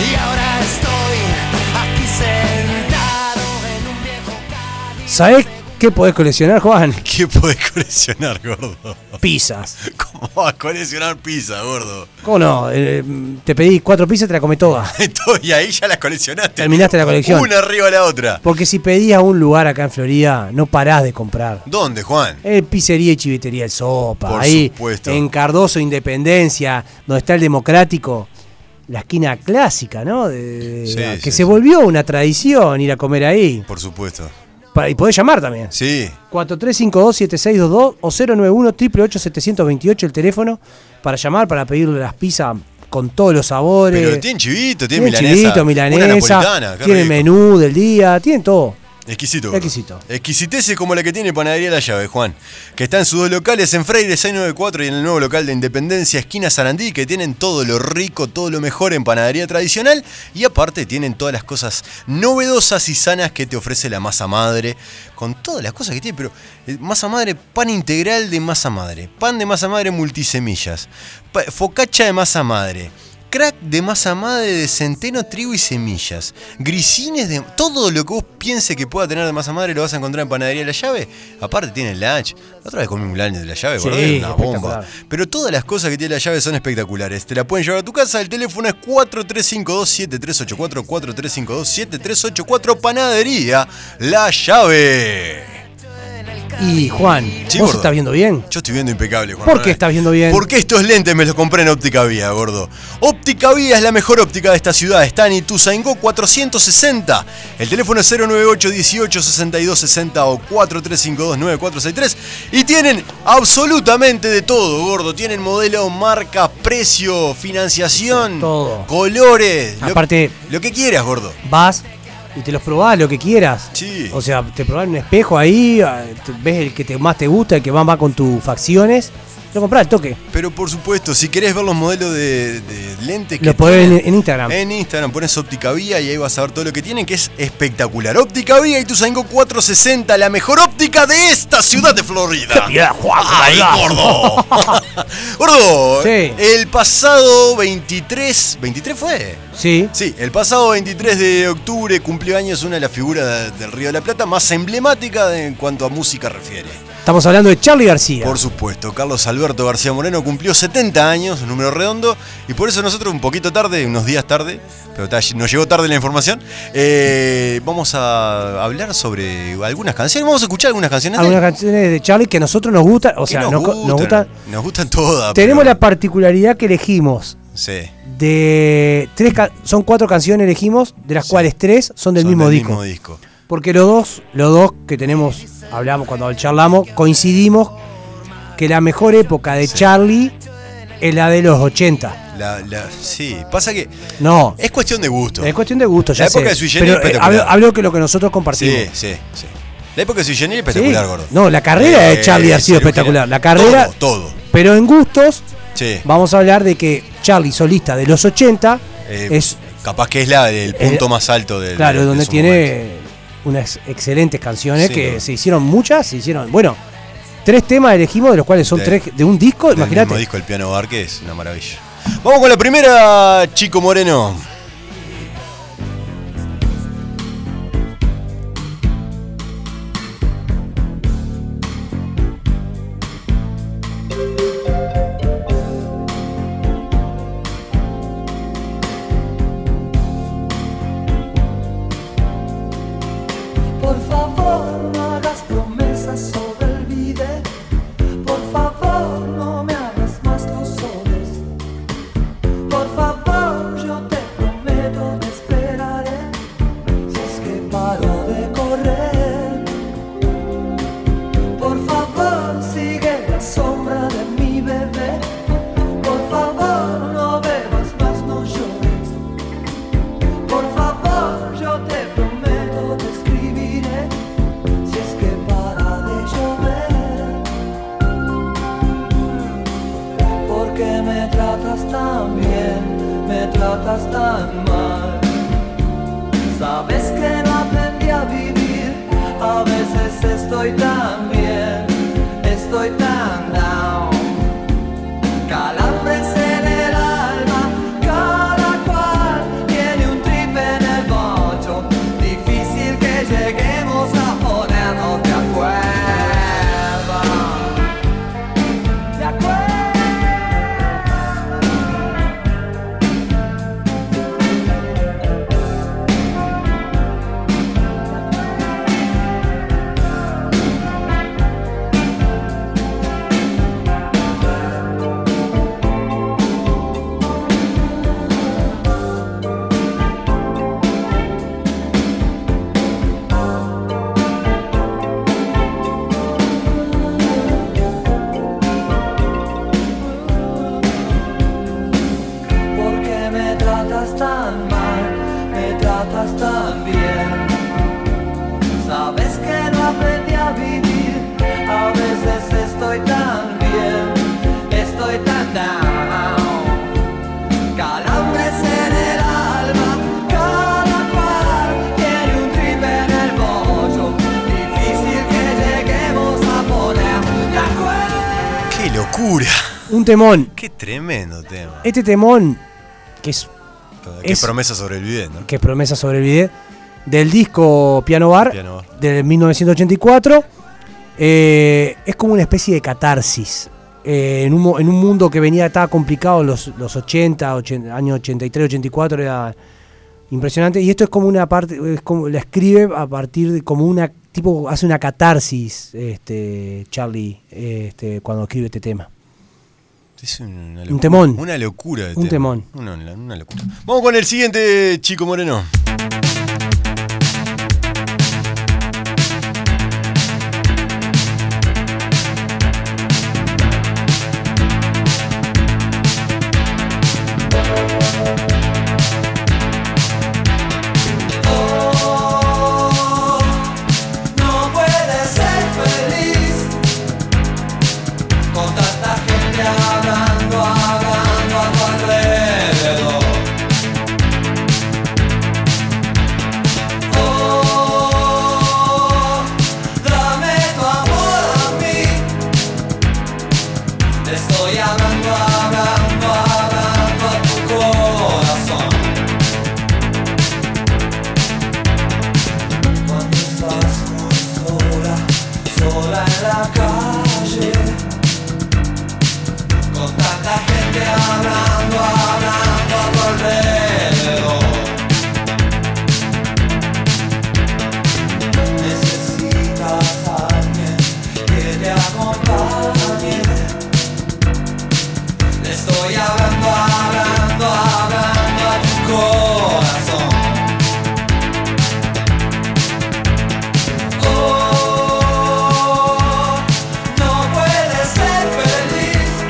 Speaker 6: Y ahora estoy aquí sentado en un viejo Cádiz.
Speaker 4: ¿Sabés qué podés coleccionar, Juan?
Speaker 5: ¿Qué podés coleccionar, gordo?
Speaker 4: Pizzas.
Speaker 5: ¿Cómo vas a coleccionar pizza, gordo?
Speaker 4: ¿Cómo no? Eh, te pedí cuatro pizzas, te la comí todas.
Speaker 5: Entonces, y ahí ya las coleccionaste.
Speaker 4: Terminaste la colección.
Speaker 5: Una arriba de la otra.
Speaker 4: Porque si pedís a un lugar acá en Florida, no parás de comprar.
Speaker 5: ¿Dónde, Juan?
Speaker 4: Eh, pizzería y chivetería El Sopa.
Speaker 5: Por
Speaker 4: ahí,
Speaker 5: supuesto.
Speaker 4: en Cardoso, Independencia, donde está el Democrático. La esquina clásica, ¿no? De-
Speaker 5: Sí,
Speaker 4: que
Speaker 5: sí,
Speaker 4: se
Speaker 5: sí.
Speaker 4: volvió una tradición ir a comer ahí.
Speaker 5: Por supuesto.
Speaker 4: Pa- y podés llamar también.
Speaker 5: Sí.
Speaker 4: 4352-7622 o 091-888-728 el teléfono para llamar, para pedirle las pizzas con todos los sabores.
Speaker 5: Pero tiene chivito, tiene,
Speaker 4: Tienen
Speaker 5: milanesa.
Speaker 4: chivito,
Speaker 5: Una
Speaker 4: milanesa,
Speaker 5: napolitana. qué
Speaker 4: tienen
Speaker 5: rico.
Speaker 4: menú del día, tienen todo.
Speaker 5: Exquisito. gordo.
Speaker 4: Exquisito.
Speaker 5: Exquisitece como la que tiene Panadería La Llave, Juan. Que está en sus dos locales, en Freire 694 y en el nuevo local de Independencia, esquina Sarandí, que tienen todo lo rico, todo lo mejor en panadería tradicional. Y aparte tienen todas las cosas novedosas y sanas que te ofrece la masa madre. Con todas las cosas que tiene, pero eh, masa madre, pan integral de masa madre, pan de masa madre multisemillas, pa- focacha de masa madre. Crack de masa madre de centeno, trigo y semillas. Grisines de. Todo lo que vos piense que pueda tener de masa madre lo vas a encontrar en Panadería La Llave. Aparte tiene lunch. La otra vez comí un lunch de La Llave,
Speaker 4: Sí,
Speaker 5: gordo, era una bomba.
Speaker 4: espectacular.
Speaker 5: Pero todas las cosas que tiene La Llave son espectaculares. Te la pueden llevar a tu casa. El teléfono es 4352-7384. 4352-7384. Panadería La Llave.
Speaker 4: Y Juan,
Speaker 5: Sí,
Speaker 4: ¿vos
Speaker 5: gordo.
Speaker 4: estás viendo bien?
Speaker 5: Yo estoy viendo impecable, Juan.
Speaker 4: ¿Por
Speaker 5: Manuel.
Speaker 4: qué estás viendo bien?
Speaker 5: Porque estos lentes me los compré en Óptica Vía, gordo. Óptica Vía es la mejor óptica de esta ciudad. Está en Ituzaingó 460. El teléfono es 098 18 62 60 o 4352 9463. Y tienen absolutamente de todo, gordo. Tienen modelo, marca, precio, financiación,
Speaker 4: Todo.
Speaker 5: colores. lo-
Speaker 4: Aparte-
Speaker 5: lo, que quieras, gordo.
Speaker 4: Vas y te los probás lo que quieras.
Speaker 5: Sí.
Speaker 4: O sea, te probás en un espejo ahí, ah, te- ves el que te, más te gusta, el que más va con tus facciones. Lo comprás al toque.
Speaker 5: Pero por supuesto, si querés ver los modelos de, de lentes que Eh.
Speaker 4: Lo podés ver
Speaker 5: tienen-
Speaker 4: en, en Instagram.
Speaker 5: En Instagram pones Óptica Vía y ahí vas a ver todo lo que tienen, que es espectacular. Óptica Vía y tu 460, la mejor óptica de esta ciudad de Florida. ¡Ay, gordo! gordo,
Speaker 4: Sí.
Speaker 5: el pasado 23, ¿23 fue?
Speaker 4: Sí.
Speaker 5: Sí, el pasado 23 de octubre cumplió años una de las figuras del Río de la Plata más emblemática de- en cuanto a música refiere.
Speaker 4: Estamos hablando de Charlie García.
Speaker 5: Por supuesto, Carlos Alberto García Moreno cumplió 70 años, número redondo, y por eso nosotros un poquito tarde, unos días tarde, pero ta- nos llegó tarde la información, eh, vamos a hablar sobre algunas canciones, vamos a escuchar algunas canciones. de él,
Speaker 4: Algunas canciones de Charlie que a nosotros nos gustan. O
Speaker 5: que
Speaker 4: sea,
Speaker 5: nos,
Speaker 4: no co-
Speaker 5: gustan,
Speaker 4: nos gustan.
Speaker 5: nos gustan todas.
Speaker 4: Tenemos
Speaker 5: pero-
Speaker 4: la particularidad que elegimos
Speaker 5: Sí,
Speaker 4: de tres ca- son cuatro canciones elegimos de las cuales tres son del,
Speaker 5: son
Speaker 4: mismo, disco. porque los dos los dos que tenemos hablamos cuando charlamos coincidimos que la mejor época de Charlie es la de los 80
Speaker 5: La- la- sí, pasa que
Speaker 4: no
Speaker 5: es cuestión de gusto.
Speaker 4: es cuestión de gusto ya
Speaker 5: La época
Speaker 4: sé,
Speaker 5: de Sui Generis
Speaker 4: pero, eh,
Speaker 5: espectacular.
Speaker 4: hablo, hablo que lo que nosotros
Speaker 5: sí,
Speaker 4: compartimos
Speaker 5: sí, sí. La época de Sui Generis es espectacular,
Speaker 4: Sí.
Speaker 5: gordo. Eh,
Speaker 4: No, la carrera de Charlie ha sido
Speaker 5: Sergio
Speaker 4: espectacular.
Speaker 5: Generis.
Speaker 4: La carrera-
Speaker 5: Todo, todo.
Speaker 4: pero en gustos
Speaker 5: Sí.
Speaker 4: vamos a hablar de que Charlie solista de los 80
Speaker 5: Eh,
Speaker 4: es
Speaker 5: capaz que es la, el punto
Speaker 4: eh,
Speaker 5: más alto del.
Speaker 4: Claro,
Speaker 5: de
Speaker 4: donde
Speaker 5: su
Speaker 4: tiene
Speaker 5: momento.
Speaker 4: unas excelentes canciones
Speaker 5: Sí,
Speaker 4: que
Speaker 5: ¿no?
Speaker 4: se hicieron muchas, se hicieron, bueno, tres temas elegimos de los cuales son
Speaker 5: De-
Speaker 4: tres de un disco,
Speaker 5: Del mismo
Speaker 4: imagínate.
Speaker 5: disco, el piano bar, que es una maravilla. Vamos con la primera, Chico Moreno.
Speaker 7: Por favor, no hagas promesas sobre el video. Por favor, no me hagas más tus soles. Por favor, yo te prometo. me tratas tan mal. Sabes que no aprendí a vivir, a veces estoy tan bien, estoy tan down. Calambres en el alma, cada cual tiene un trip en el bocho. Difícil que lleguemos a ponernos de acuerdo. De acuerdo. porque me tratas tan mal, me tratas tan bien. Sabes que no aprendí a vivir, a veces estoy tan bien, estoy tan down. Calambres en el alma, cada cual tiene un trip en el bollo. Difícil que lleguemos a poner de acuerdo.
Speaker 5: ¡Qué locura!
Speaker 4: Un temón.
Speaker 5: ¡Qué tremendo tema!
Speaker 4: Este temón, que es
Speaker 5: ¡Qué
Speaker 4: es-
Speaker 5: promesa sobrevive, ¿no?
Speaker 4: que es promesa sobrevive, del disco Piano Bar,
Speaker 5: Piano Bar.
Speaker 4: del 1984, eh, es como una especie de catarsis. Eh, en, un, mo- en un mundo que venía tan complicado, los, los 80, 80, años 83, 84, era impresionante. Y esto es como una parte, es como, la escribe a partir de como una, tipo, hace una catarsis, este, Charlie, este, cuando escribe este tema.
Speaker 5: Es una
Speaker 4: Un temón.
Speaker 5: Una locura. de
Speaker 4: Un temón.
Speaker 5: Una, una locura. Vamos con el siguiente, Chico Moreno.
Speaker 7: Oh, no puedes ser feliz con tanta gente hablando, hablando a tu alrededor. Oh, dame tu amor a mí. Te estoy hablando, hablando, hablando a tu corazón. Cuando estás muy sola, sola en la calle Con tanta gente hablando, hablando a tu alrededor Necesitas a alguien que te acompañe Le estoy hablando, hablando, hablando a tu corazón Oh, no puedes ser feliz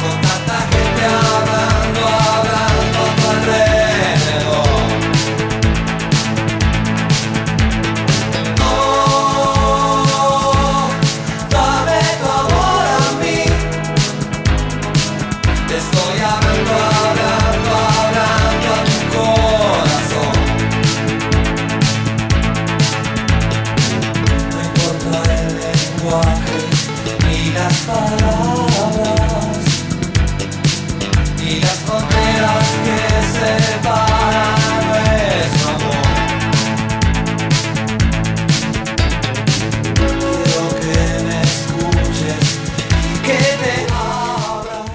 Speaker 7: con tanta gente hablando, hablando a tu alrededor. Oh, dame tu amor a mí. Te estoy hablando, hablando, hablando a tu corazón. No importa el lenguaje ni las palabras ni las fronteras que separan nuestro amor. Quiero que me escuches y que te abras.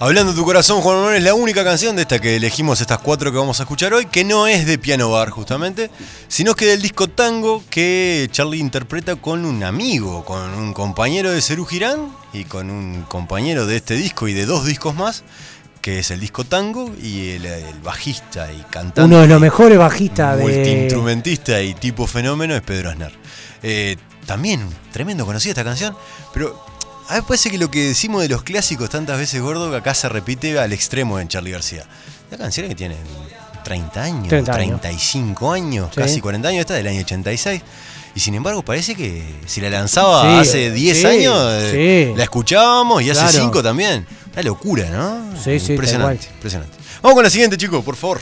Speaker 5: Hablando tu corazón, Juan Manuel, es la única canción de esta que elegimos, estas cuatro que vamos a escuchar hoy, que no es de Piano Bar, justamente, sino que del disco Tango que Charlie interpreta con un amigo, con un compañero de Cerú Girán y con un compañero de este disco y de dos discos más, que es el disco Tango y el, el bajista y cantante.
Speaker 4: Uno de los
Speaker 5: y
Speaker 4: mejores bajistas de...
Speaker 5: Multiinstrumentista y tipo fenómeno es Pedro Aznar. Eh, también, tremendo conocida esta canción, pero a mí me parece que lo que decimos de los clásicos tantas veces, gordo, que acá se repite al extremo en Charlie García. La canción que tiene 30 años,
Speaker 4: 30 años.
Speaker 5: 35 años,
Speaker 4: Sí.
Speaker 5: casi 40 años, esta es del año 86. Y sin embargo, parece que si la lanzaba
Speaker 4: Sí,
Speaker 5: hace 10
Speaker 4: sí,
Speaker 5: años, eh,
Speaker 4: sí.
Speaker 5: la escuchábamos y hace
Speaker 4: Claro.
Speaker 5: 5 también. La locura, ¿no?
Speaker 4: Sí, sí, tal
Speaker 5: Impresionante,
Speaker 4: cual.
Speaker 5: impresionante. Vamos con la siguiente, chicos, por favor.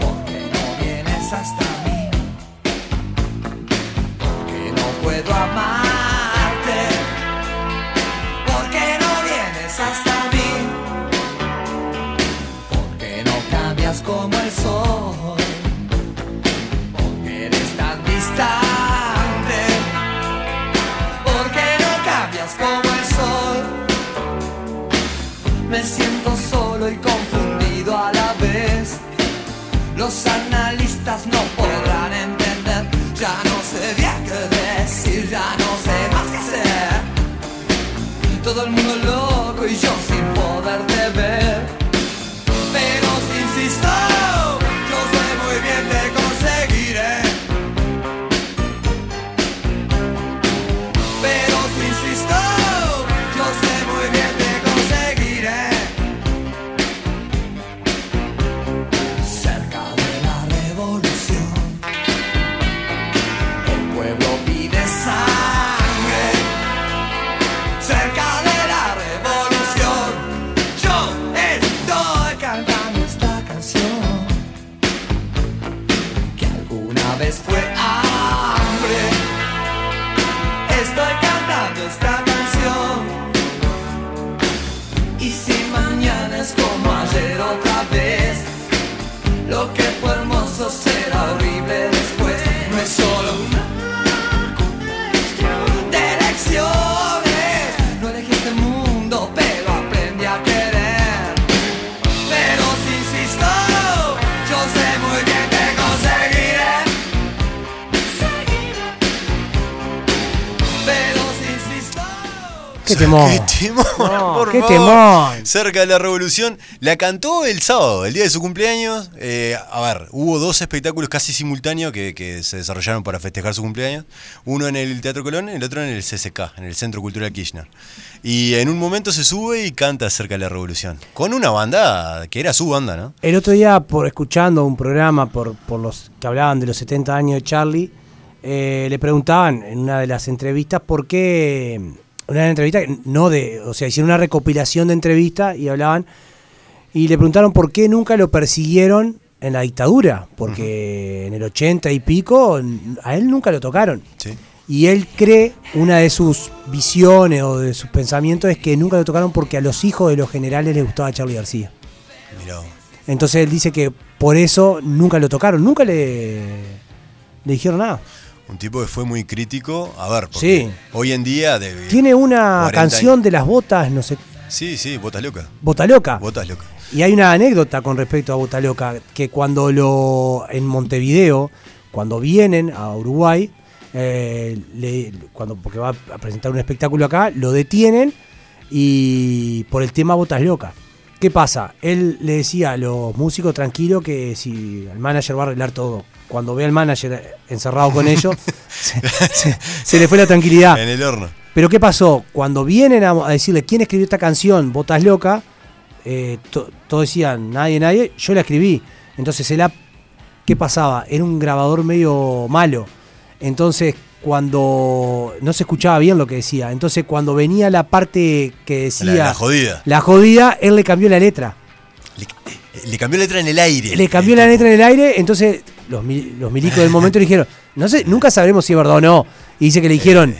Speaker 7: Porque no vienes hasta mí, porque no puedo amarte, porque no vienes hasta mí, porque no cambias como el sol, porque eres tan distante, porque no cambias como el sol. Me siento solo y confundido a la vez. Los analistas no podrán entender. Ya no sé bien qué decir, ya no sé más qué hacer. Todo el mundo loco y yo sin poderte ver. Pero si insisto, yo sé muy bien te conseguiré. Pero si insisto, yo sé muy bien te conseguiré. cerca de la revolución. El pueblo pide sangre, cerca de la revolución. Yo estoy cantando esta canción, que alguna vez fue hambre. Estoy cantando esta canción. Y si mañana es como ayer otra vez, lo que fue hermoso será horrible después. No es solo una cuestión de lecciones. No elegí este mundo, pero aprendí a querer. Pero si insisto, yo sé muy bien que conseguiré. Pero si insisto.
Speaker 4: Qué temor.
Speaker 5: Qué temor,
Speaker 4: No,
Speaker 5: por
Speaker 4: qué
Speaker 5: favor.
Speaker 4: temor.
Speaker 5: Cerca de la revolución. La cantó el sábado, el día de su cumpleaños. Eh, a ver, hubo dos espectáculos casi simultáneos que, que se desarrollaron para festejar su cumpleaños. Uno en el Teatro Colón, el otro en el CCK, en el Centro Cultural Kirchner. Y en un momento se sube y canta Cerca de la revolución. Con una banda que era su banda, ¿no?
Speaker 4: El otro día, por escuchando un programa por, por los que hablaban de los 70 años de Charlie, eh, le preguntaban en una de las entrevistas por qué. Una entrevista, no de. O sea, hicieron una recopilación de entrevistas y hablaban. Y le preguntaron por qué nunca lo persiguieron en la dictadura. Porque en el 80 y pico, n- a él nunca lo tocaron.
Speaker 5: Sí.
Speaker 4: Y él cree, una de sus visiones o de sus pensamientos es que nunca lo tocaron porque a los hijos de los generales les gustaba Charlie García.
Speaker 5: Mirá. vos.
Speaker 4: Entonces él dice que por eso nunca lo tocaron, nunca le, le dijeron nada.
Speaker 5: Un tipo que fue muy crítico. A ver, porque
Speaker 4: Sí.
Speaker 5: hoy en día. de-
Speaker 4: Tiene una
Speaker 5: 40
Speaker 4: canción
Speaker 5: años.
Speaker 4: de las botas, no sé,
Speaker 5: Sí, sí, botas loca.
Speaker 4: Bota Loca.
Speaker 5: Botas loca.
Speaker 4: Y hay una anécdota con respecto a Bota Loca, que cuando lo. en Montevideo, cuando vienen a Uruguay, eh, le- cuando, porque va a presentar un espectáculo acá, lo detienen y por el tema Botas Loca. ¿Qué pasa? Él le decía a los músicos tranquilo que si el manager va a arreglar todo. Cuando ve al manager encerrado con ellos, se, se- se le fue la tranquilidad.
Speaker 5: En el horno.
Speaker 4: Pero ¿qué pasó? Cuando vienen a, a decirle quién escribió esta canción, Botas Loca, eh, to- todos decían, nadie, nadie, yo la escribí. Entonces él, a- ¿qué pasaba? Era un grabador medio malo. Entonces cuando no se escuchaba bien lo que decía, entonces cuando venía la parte que decía
Speaker 5: La, la jodida.
Speaker 4: la jodida, él le cambió la letra.
Speaker 5: Le, le cambió letra en el aire.
Speaker 4: Le cambió
Speaker 5: El
Speaker 4: la
Speaker 5: tipo.
Speaker 4: letra en el aire, entonces los, mil- los milicos del momento le dijeron, no sé, nunca sabremos si es verdad o no. Y dice que le dijeron,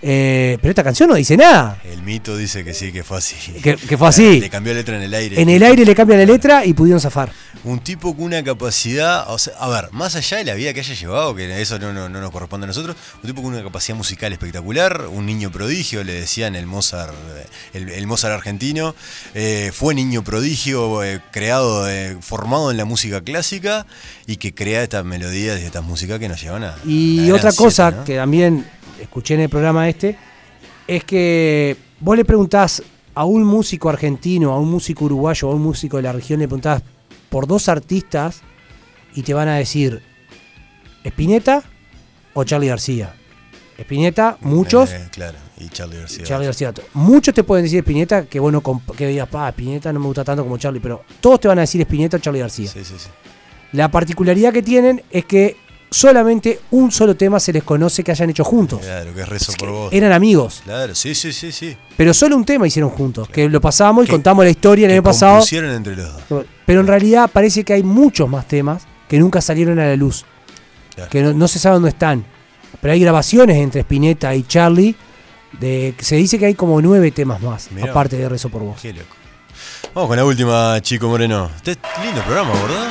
Speaker 4: "Eh, pero esta canción no dice nada.
Speaker 5: El mito dice que sí, que fue así.
Speaker 4: Que, que fue así.
Speaker 5: Le cambió letra en el aire.
Speaker 4: En el aire le cambian la letra y pudieron zafar.
Speaker 5: Un tipo con una capacidad, o sea, a ver, más allá de la vida que haya llevado, que eso no, no- no nos corresponde a nosotros, un tipo con una capacidad musical espectacular, un niño prodigio, le decían el Mozart, eh, el, el Mozart argentino, eh, fue niño prodigio, eh, creado, eh, formado en la música clásica y que crea estas melodías y estas músicas que nos llevan a... a la
Speaker 4: Y
Speaker 5: gran
Speaker 4: otra
Speaker 5: siete,
Speaker 4: cosa
Speaker 5: ¿no?
Speaker 4: que también escuché en el programa este es que vos le preguntás a un músico argentino, a un músico uruguayo, a un músico de la región, le preguntás por dos artistas y te van a decir Spinetta o Charlie García. Espineta, muchos.
Speaker 5: Eh, claro, y Charlie García.
Speaker 4: Charlie García. Otto. Muchos te pueden decir Espineta, que bueno, que digas, pa, Espineta no me gusta tanto como Charlie, pero todos te van a decir Espineta o Charlie García.
Speaker 5: Sí, sí, sí.
Speaker 4: La particularidad que tienen es que solamente un solo tema se les conoce que hayan hecho juntos.
Speaker 5: Claro, que rezo por vos.
Speaker 4: Eran amigos,
Speaker 5: Claro, sí, sí, sí, sí.
Speaker 4: pero solo un tema hicieron juntos, que lo pasamos y
Speaker 5: Que-
Speaker 4: contamos la historia el
Speaker 5: Que
Speaker 4: año pasado.
Speaker 5: compusieron entre los dos.
Speaker 4: Pero en realidad parece que hay muchos más temas que nunca salieron a la luz,
Speaker 5: Claro.
Speaker 4: que no, no se sabe dónde están. Pero hay grabaciones entre Spinetta y Charlie. De, se dice que hay como nueve temas más,
Speaker 5: Mirá.
Speaker 4: aparte de Rezo por Vos.
Speaker 5: Qué loco. Vamos con la última, Chico Moreno. Este lindo programa, ¿verdad?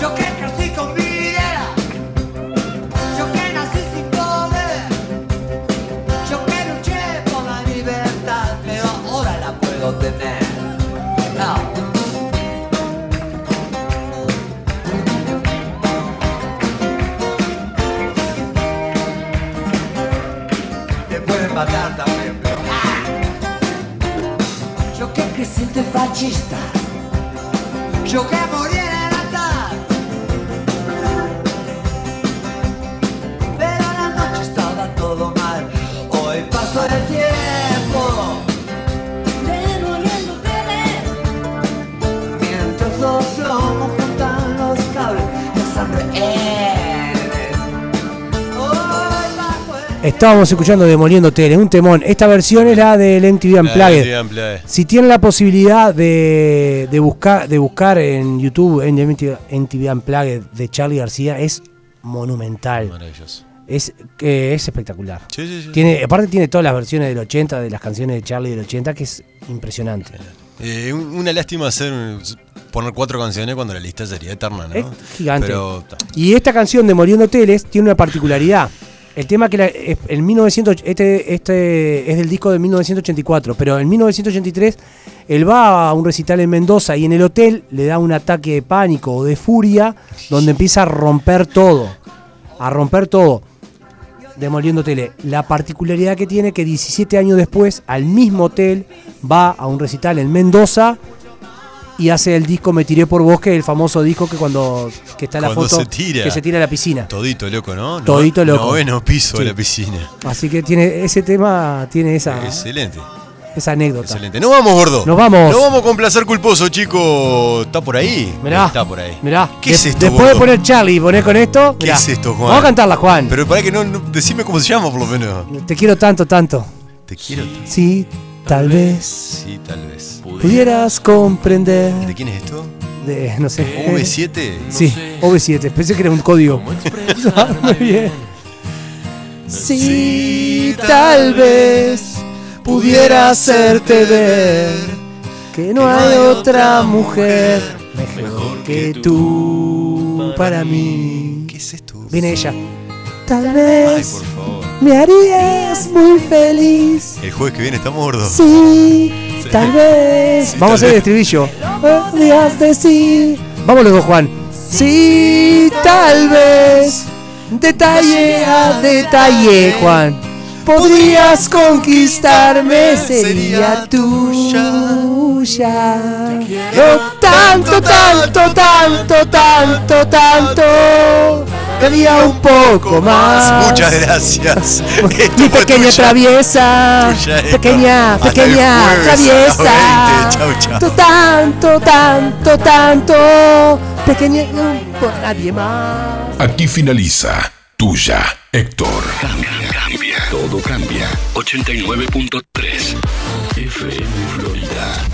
Speaker 7: Yo que crecí con videra, yo que nací sin poder, yo que luché por la libertad, pero ahora la puedo tener. No. Te pueden matar también, pero ¡ah! yo que crecí de fascista, yo que morí en el altar. Pero la noche estaba todo mal. Hoy pasó el tiempo. Devolviendo ustedes. Mientras los lomos juntan los cables, la sangre hierve. Hoy bajo el
Speaker 4: Estábamos escuchando Demoliendo Tele, un temón. Esta versión es la del MTV Unplugged.
Speaker 5: Ah, Unplugged.
Speaker 4: Si tienen la posibilidad de, de buscar, de buscar en YouTube en MTV, Unplugged de Charlie García, es monumental.
Speaker 5: Maravilloso.
Speaker 4: Es, que es espectacular.
Speaker 5: Sí, sí, sí.
Speaker 4: Tiene, aparte tiene todas las versiones del 80, de las canciones de Charlie del 80, que es impresionante.
Speaker 5: Eh, un- una lástima hacer un- poner cuatro canciones cuando la lista sería eterna, ¿no?
Speaker 4: Es gigante.
Speaker 5: Pero ta,
Speaker 4: Y esta canción de Moriendo Teles tiene una particularidad. El tema que la- es- en 1900 este, este es del disco de 1984, pero en 1983 él va a un recital en Mendoza y en el hotel le da un ataque de pánico o de furia donde empieza a romper todo, a romper todo, demoliendo tele. La particularidad que tiene que 17 años después al mismo hotel va a un recital en Mendoza y hace el disco Me tiré por bosque, el famoso disco que cuando que está la
Speaker 5: Cuando
Speaker 4: foto
Speaker 5: se tira.
Speaker 4: que se tira a la piscina.
Speaker 5: todito loco, ¿no? No-
Speaker 4: Todito loco.
Speaker 5: Noveno piso
Speaker 4: Sí.
Speaker 5: de la piscina.
Speaker 4: Así que tiene ese tema tiene esa,
Speaker 5: Excelente,
Speaker 4: esa anécdota.
Speaker 5: excelente. Nos vamos, gordo.
Speaker 4: Nos vamos.
Speaker 5: Nos vamos con placer culposo, chico. ¿Está por ahí?
Speaker 4: Mirá,
Speaker 5: Está por ahí.
Speaker 4: mirá.
Speaker 5: ¿Qué
Speaker 4: De-
Speaker 5: es esto,
Speaker 4: Después de
Speaker 5: gordo?
Speaker 4: poner Charlie y poner con esto,
Speaker 5: ¿Qué
Speaker 4: mirá.
Speaker 5: es esto, Juan?
Speaker 4: Vamos a cantarla, Juan.
Speaker 5: Pero para que no, no- Decime cómo se llama, por lo menos.
Speaker 4: Te quiero tanto, tanto.
Speaker 5: Te quiero. t-
Speaker 4: Sí, tal vez
Speaker 5: Sí, tal vez.
Speaker 4: pudieras comprender.
Speaker 5: ¿De quién es esto?
Speaker 4: De, no sé.
Speaker 5: V7.
Speaker 4: Eh, Sí, OV7. Pensé que era un código. Muy bien. Sí, tal vez pudiera hacerte ver que no hay otra mujer mejor que tú para mí.
Speaker 5: ¿Qué es esto?
Speaker 4: Viene ella. Tal
Speaker 5: Ay,
Speaker 4: vez
Speaker 5: por favor.
Speaker 4: me harías muy feliz.
Speaker 5: El jueves que viene está gordo.
Speaker 4: Sí, tal vez.
Speaker 5: Sí, tal
Speaker 4: Vamos a hacer el estribillo. Podrías decir. Vamos los dos, Juan. Sí, tal vez. Detalle a detalle, Juan. Podrías conquistarme, sería
Speaker 5: sería
Speaker 4: tuya. Oh, tanto, tanto, tanto, tanto, tanto. Quería un poco más.
Speaker 5: Muchas gracias.
Speaker 4: Mi
Speaker 5: Estuvo
Speaker 4: pequeña
Speaker 5: tuya.
Speaker 4: traviesa,
Speaker 5: Tuya, Eva.
Speaker 4: pequeña,
Speaker 5: Hasta el
Speaker 4: pequeña
Speaker 5: jueves a las
Speaker 4: traviesa.
Speaker 5: 20. Chau, chau.
Speaker 4: Tú tanto, tanto, tanto, pequeña no, por nadie más.
Speaker 2: Aquí finaliza Tuya, Héctor.
Speaker 1: Cambia, cambia. Todo cambia. 89.3 FM Florida.